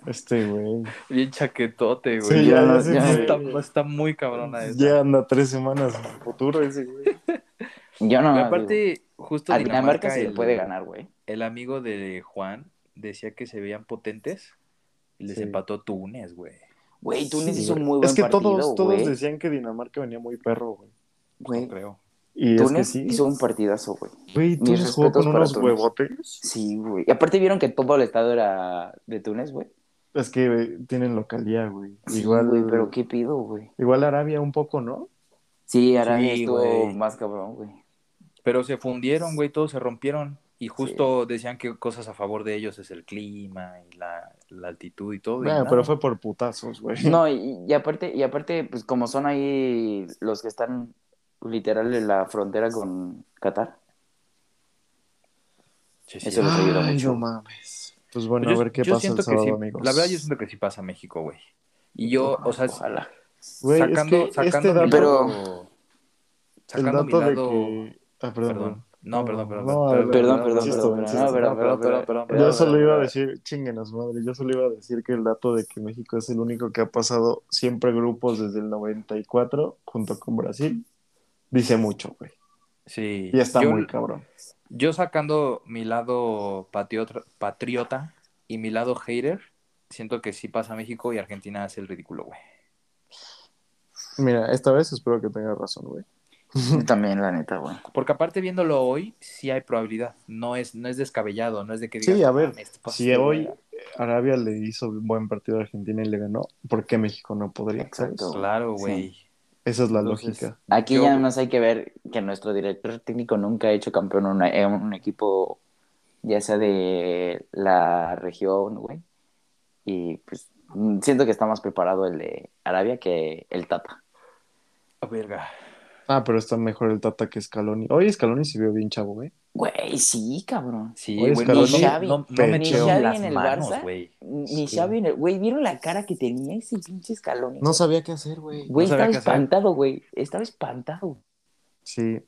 este güey. Bien chaquetote, güey. Sí, ya ya, no- ya se ya fue. está, está muy cabrona esa. Ya anda tres semanas en el futuro ese güey. Yo no. Y digo, aparte, justo a Dinamarca se le el- puede ganar, güey. El amigo de Juan decía que se veían potentes y les Sí. empató Túnez, güey. Güey, Túnez Sí, hizo un güey. muy buen Es que partido, todos, todos güey. decían que Dinamarca venía muy perro, güey. Güey, No creo. Y Túnez es que sí. hizo un partidazo, güey. Güey, mis tú nos jugó respetos con para unos Túnez. huevotes. Sí, güey. Y aparte vieron que todo el estado era de Túnez, güey. Es que güey, tienen localidad, güey. Sí, igual, güey, pero ¿qué pido, güey? igual Arabia un poco, ¿no? Sí, Arabia Sí, estuvo güey. más cabrón, güey. Pero se fundieron, güey, todos se rompieron. Y justo decían que cosas a favor de ellos es el clima y la, la altitud y todo. y Nah, nada. pero fue por putazos, güey. No, y, y aparte, y aparte, pues como son ahí los que están literal en la frontera con Qatar. Sí, eso les ayuda Ay, mucho. no mames. Pues bueno, Yo- a ver qué yo pasa el siento que sábado, sí. amigos. La verdad, yo siento que sí pasa a México, güey. Y yo, o sea, Ojalá. Güey, es sacando, que sacando este mi dato- lado- El sacando mi dato de lado- que... Ah, perdón. Perdón. No, perdón, perdón. Perdón, No, perdón, insisto, perdón, insisto. perdón, no, perdón, perdón, perdón, perdón. Yo solo iba a decir, chinguenos madre, yo solo iba a decir que el dato de que México es el único que ha pasado siempre grupos desde el 94 junto con Brasil, dice mucho, güey. Sí. Y está yo, muy cabrón. yo sacando mi lado patriota, patriota y mi lado hater, siento que sí pasa a México y Argentina hace el ridículo, güey. Mira, esta vez espero que tengas razón, güey. Yo también, la neta, güey. Porque aparte viéndolo hoy, sí hay probabilidad. No es, no es descabellado, no es de que Sí, digas, a "No ver, mames, te pasas Si de hoy verga". Arabia le hizo un buen partido a Argentina y le ganó, ¿por qué México no podría? ¿sabes? Exacto. Claro, güey. Esa es la Entonces, lógica. Aquí Yo- ya más hay que ver que nuestro director técnico nunca ha hecho campeón a una- a un equipo, ya sea de la región, güey. Y pues mm, siento que está más preparado el de Arabia que el Tata. Ah, Verga. Ah, pero está mejor el Tata que Scaloni. Hoy Scaloni se vio bien chavo, güey. Güey, sí, cabrón. Sí, Oye, güey. Scaloni, no- Xavi, no, no pero metieron Xavi las en el manos, Barça. güey. Ni Sí. Xavi, en el- güey, ¿vieron la cara que tenía ese pinche escalón? No sabía qué hacer, güey. Güey, no sabía estaba qué hacer. espantado, güey. Estaba espantado. Sí,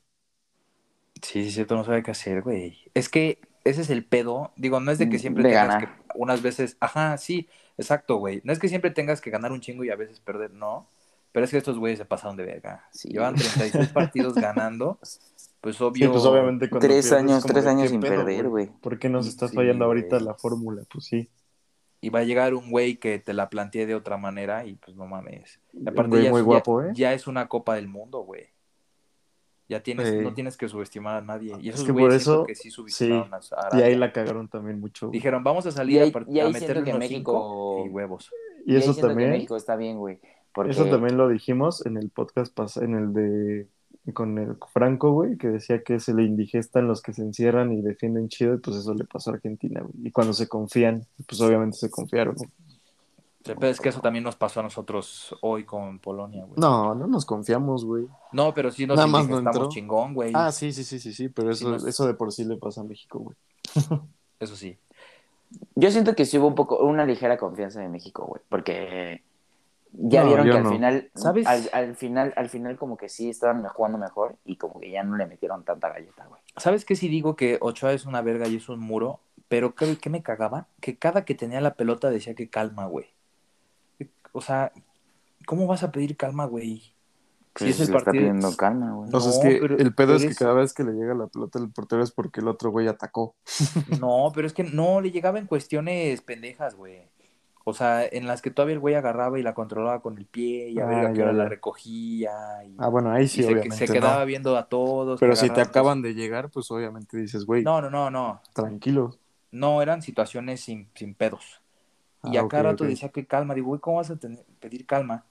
Sí, sí, cierto, no sabe qué hacer, güey. Es que ese es el pedo. Digo, no es de que Mm, siempre de tengas ganar. que unas veces, ajá, sí, exacto, güey. No es que siempre tengas que ganar un chingo y a veces perder, no. Pero es que estos güeyes se pasaron de verga. Sí. Llevan 36 partidos ganando. Pues Sí, obvio. pues obviamente cuando Tres pierdes, años, como tres de, años ¿qué sin pedo, perder, güey. ¿Por qué nos está Sí, fallando ahorita güey. la fórmula? Pues sí. Y va a llegar un güey que te la plantee de otra manera y pues no mames. Y aparte güey ya, es- muy ya- guapo, ¿eh? ya es una copa del mundo, güey. Ya tienes, Sí. no tienes que subestimar a nadie. Y esos que por güeyes siento eso- que sí subestimaron a a Y ahí Arabia. la cagaron también mucho. güey. Dijeron, vamos a Y salir ahí- a, par- y ahí a meterle siento que unos México- cinco y huevos. y ahí eso siento que también, México está bien, güey. Porque... eso también lo dijimos en el podcast pas- en el de con el Franco, güey, que decía que se le indigestan los que se encierran y defienden chido, y pues eso le pasó a Argentina, güey. Y cuando se confían, pues obviamente se confiaron. güey. El pedo es que eso también nos pasó a nosotros hoy con Polonia, güey. No, no nos confiamos, güey. No, pero sí nos Nada más no indigestamos entró. chingón, güey. Ah, sí, sí, sí, sí, sí, pero eso, Sí, nos- eso de por sí le pasa a México, güey. Eso sí. Yo siento que sí hubo un poco, una ligera confianza de México, güey, porque ya No, vieron yo que al no. final, ¿Sabes? Al, al final, al final como que sí estaban jugando mejor y como que ya no le metieron tanta galleta, güey. ¿Sabes qué? Si digo que Ochoa es una verga y es un muro, pero ¿qué, qué me cagaba? Que cada que tenía la pelota decía que calma, güey. O sea, ¿cómo vas a pedir calma, güey? Si Pues es el le está partido- pidiendo calma, güey. O sea, es No, que pero- el pedo pero es que es- cada vez que le llega la pelota al portero es porque el otro güey atacó. No, pero es que no, le llegaba en cuestiones pendejas, güey. O sea, en las que todavía el güey agarraba y la controlaba con el pie y a Ah, ver a qué ya, hora la ya. recogía. Y... Ah, bueno, ahí Y sí, se, obviamente. se ¿no? quedaba viendo a todos. Pero que si te agarraban acaban de llegar, pues obviamente dices, güey, cosas. No, no, no, no. tranquilo. No eran situaciones sin, sin pedos. Y Ah, acá ok, rato ok. decía que calma. Digo, güey, ¿cómo vas a tener- pedir calma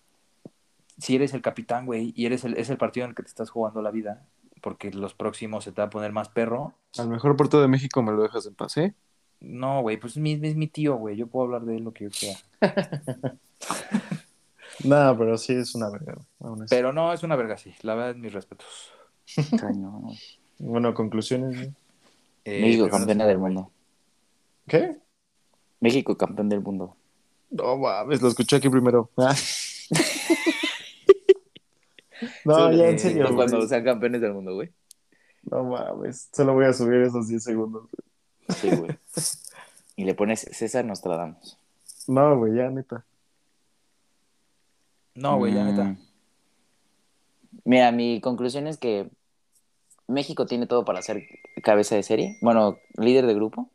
si eres el capitán, güey? Y eres el, es el partido en el que te estás jugando la vida. Porque los próximos se te va a poner más perro. Al mejor portero de México me lo dejas en paz, ¿eh? No, güey, pues es mi, es mi tío, güey. Yo puedo hablar de él lo que yo quiera. No, pero sí es una verga. aún así. Pero no, es una verga, sí. La verdad, mis respetos. Cañón, güey. Bueno, conclusiones. ¿no? Eh, México primero- campeona del mundo. ¿Qué? México campeón del mundo. No mames, lo escuché aquí primero. Ah. no, Solo- ya en eh, serio. güey. Cuando sean campeones del mundo, güey. No mames, solo voy a subir esos 10 segundos. Sí, güey. Y le pones César Nostradamus. No, güey, ya neta. No, güey, la neta. Mm. Mira, mi conclusión es que México tiene todo para ser cabeza de serie, bueno, líder de grupo.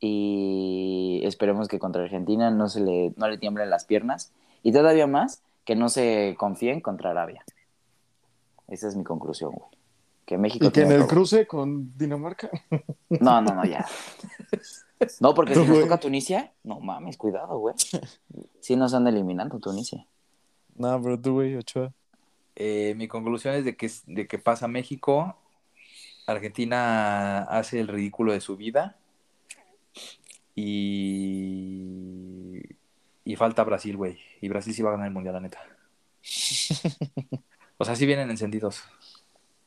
Y esperemos que contra Argentina no se le, no le tiemblen las piernas. Y todavía más, que no se confíen contra Arabia. Esa es mi conclusión, güey. Que México Y que en tiene el todo. cruce con Dinamarca. No, no, no, ya. No, porque si nos Güey. toca Tunisia, no mames, cuidado, güey. Sí nos han eliminando Tunisia. No, pero tú, güey, Ochoa. Eh, mi conclusión es de que, de que pasa México, Argentina hace el ridículo de su vida y, y falta Brasil, güey. Y Brasil sí va a ganar el Mundial, la neta. O sea, sí vienen encendidos.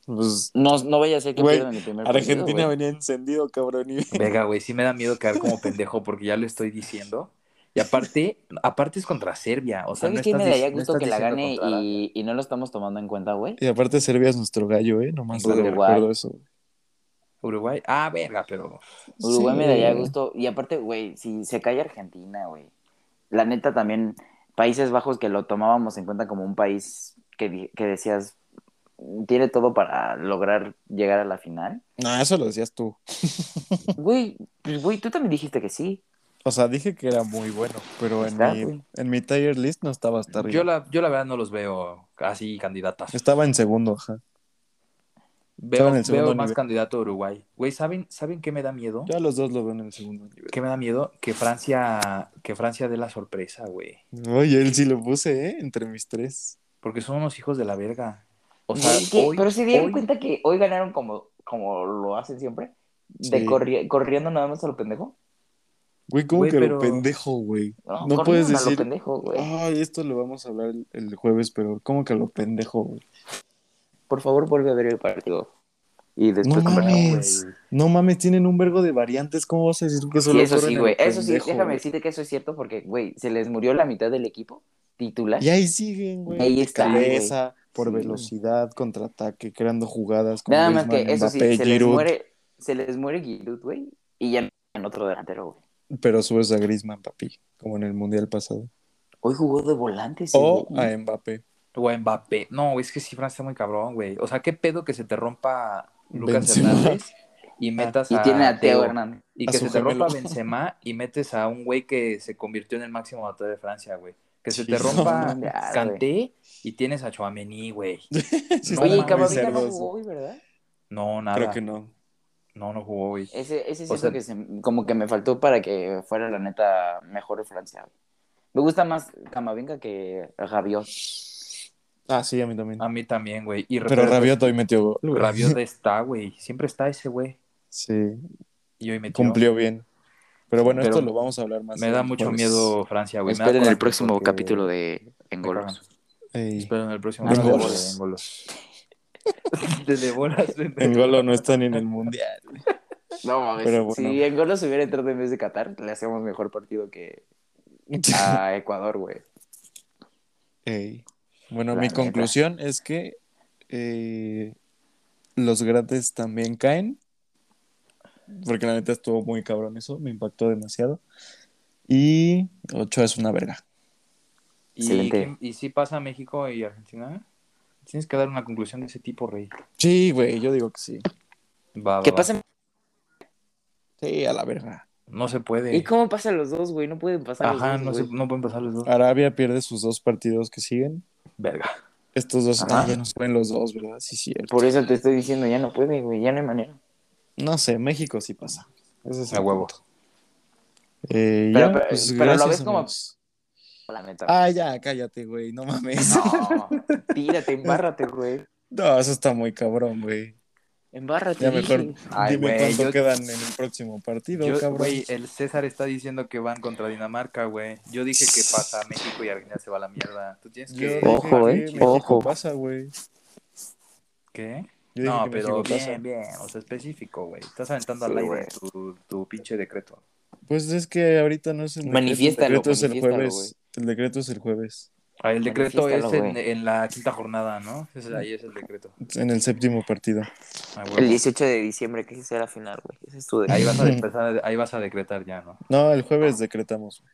Pues, No, no vaya a ser que Güey, pierdan el primer partido, Argentina güey. venía encendido, cabrón. y- Venga, güey, sí me da miedo quedar como pendejo porque ya lo estoy diciendo. Y aparte, aparte es contra Serbia. O sea, ¿Sabes no quién estás me daría dic- no gusto estás que la diciendo gane contra la- y, y no lo estamos tomando en cuenta, güey? Y aparte Serbia es nuestro gallo, ¿eh? Nomás te lo Uruguay. recuerdo eso. Uruguay. Ah, verga, pero. Uruguay Sí. me daría gusto. Y aparte, güey, si se cae Argentina, güey. La neta también, Países Bajos que lo tomábamos en cuenta como un país que, di- que decías, tiene todo para lograr llegar a la final. No, eso lo decías tú. Güey, pues, güey, tú también dijiste que sí. O sea, dije que era muy bueno, pero en Está, mi, Pues güey. en mi tier list no estaba hasta arriba. Yo la, yo la verdad no los veo así candidatas. Estaba en segundo, ajá. Veo, en el segundo veo más nivel. candidato a Uruguay. Güey, ¿saben, ¿saben qué me da miedo? Yo a los dos lo veo en el segundo nivel. ¿Qué me da miedo? Que Francia, que Francia dé la sorpresa, güey. Oye, él sí lo puse, ¿eh? Entre mis tres. Porque son unos hijos de la verga. O Güey, sea, es que- hoy- pero se dieron hoy- cuenta que hoy ganaron como, como lo hacen siempre, de Sí. corri- corriendo nada más a lo pendejo. Güey, ¿cómo Güey, que pero- lo pendejo, güey? No, corrieron puedes a lo decir. pendejo, güey. Ay, esto lo vamos a hablar el- el jueves, pero ¿cómo que lo pendejo, güey? Por favor, vuelve a ver el partido. Y No después conversamos. mames. güey. No mames, tienen un vergo de variantes. ¿Cómo vas a decir que solo Sí, eso corren sí, a lo güey. Eso sí, pendejo, déjame güey? decirte que eso es cierto porque, güey, se les murió la mitad del equipo titular. Y ahí siguen, güey. Ahí está, güey. Cabeza, por Sí, güey. velocidad, contraataque, creando jugadas. con Nada más que Griezmann, eso sí, Mbappé, se les Giroud. muere, se les muere Giroud, güey, y ya no en otro delantero, güey. Pero subes a Griezmann, papi, como en el mundial pasado. Hoy jugó de volante, sí. o güey. a Mbappé. Güey, Mbappé. No, güey, es que sí, Francia está muy cabrón, güey. O sea, qué pedo que se te rompa Lucas Benzema. Ah, Hernández y metas Y a, tiene a Teo Teo. Hernández. Y a que su se te rompa gemelo. Benzema y metes a un güey que se convirtió en el máximo bateo de Francia, güey. Que se Sí, te no rompa mames, güey. Kanté y tienes a Chouameni, güey. Sí, No, está Oye, muy y mames, Camavinga no cerdo jugó hoy, ¿verdad? No, nada. Creo que no. No, no jugó, güey. Ese, ese O sí es sea- lo que se- como que me faltó para que fuera la neta mejor de Francia, güey. Me gusta más Camavinga que Rabiot. Ah, sí, a mí también. A mí también, güey. Y Pero Rabiot hoy metió gol. güey. Rabiot está, güey. Siempre está ese, güey. Sí, Y hoy me cumplió bien. Pero bueno, Pero esto lo vamos a hablar más. Me da mucho miedo Francia, güey. Me da Pues, Esperen el coraje próximo porque- capítulo de Engol. cagan. En Esperen el próximo Ah, capítulo en de goles. Engolos. De Deboras. Golo no está ni en el mundial. No mames. Pero bueno. Si Angola se hubiera entrado en vez de Qatar, le hacíamos mejor partido que Ah, a Ecuador, güey. Ey. Bueno, La mi neta. conclusión es que eh, los gratis también caen. Porque la neta estuvo muy cabrón eso, me impactó demasiado. Y Ochoa es una verga. ¿Y, Excelente. ¿Y si pasa México y Argentina? Tienes que dar una conclusión de ese tipo, Rey. Sí, güey, yo digo que sí. Va, va, ¿Qué va. pasa? Sí, a la verga. No se puede. ¿Y cómo pasan los dos, güey? No pueden pasar Ajá, los no, dos, se, güey. no pueden pasar los Ah. dos. Arabia pierde sus dos partidos que siguen. Verga. Estos dos Ajá. ah, ya nos pueden los dos, ¿verdad? Sí, cierto. Por eso te estoy diciendo, ya no puede, güey. Ya no hay manera. No sé, México sí pasa. Ese es el A huevo. punto. Eh, Pero- ya, pero- pues, pero lo gracias, ves como- amigos. La neta. Ah, ya, cállate, güey, no mames. No. Tírate, embárrate, güey. No, eso está muy cabrón, güey. Embárrate. Ya mejor dije. Ay, dime güey, cuánto yo- quedan en el próximo partido, Yo, cabrón. güey, el César está diciendo que van contra Dinamarca, güey. Yo dije que pasa México y Argentina se va a la mierda. Tú tienes Yo que... dije Ojo, que eh, México ojo. pasa, güey. ¿Qué? Yo dije No, que pero México bien, pasa. bien. O sea, específico, güey. Estás aventando al Sí, aire güey. tu, tu pinche decreto. Pues es que ahorita no es el decreto, Manifiéstalo, el decreto es el manifiéstalo, jueves. El decreto es el jueves, Ah, el decreto es Manifiéstalo, en, güey. en la quinta jornada, ¿no? Ese- ahí es el decreto. en el séptimo partido. Ah, El huevo. 18 de diciembre, que será la final, güey. Ese es tu de- Ahí vas a empezar, ahí vas a decretar ya, ¿no? No, el jueves decretamos, güey.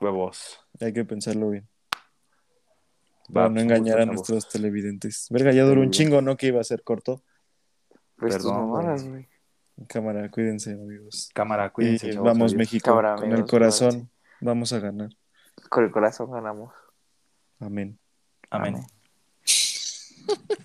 Huevos. Hay que pensarlo bien. Va, Para no pues, un engañar a gusto, chavos. nuestros televidentes. Verga, ya duró un chingo, ¿no? Que iba a ser corto. Pues tus Perdón, mamadas, güey. güey. Cámara, cuídense, amigos. Cámara, Y cuídense, chavos. vamos, Adiós. México, Cámara, con el amigos, corazón. cuídense. Vamos a ganar. Con el corazón ganamos. Amén. Amén. Amén.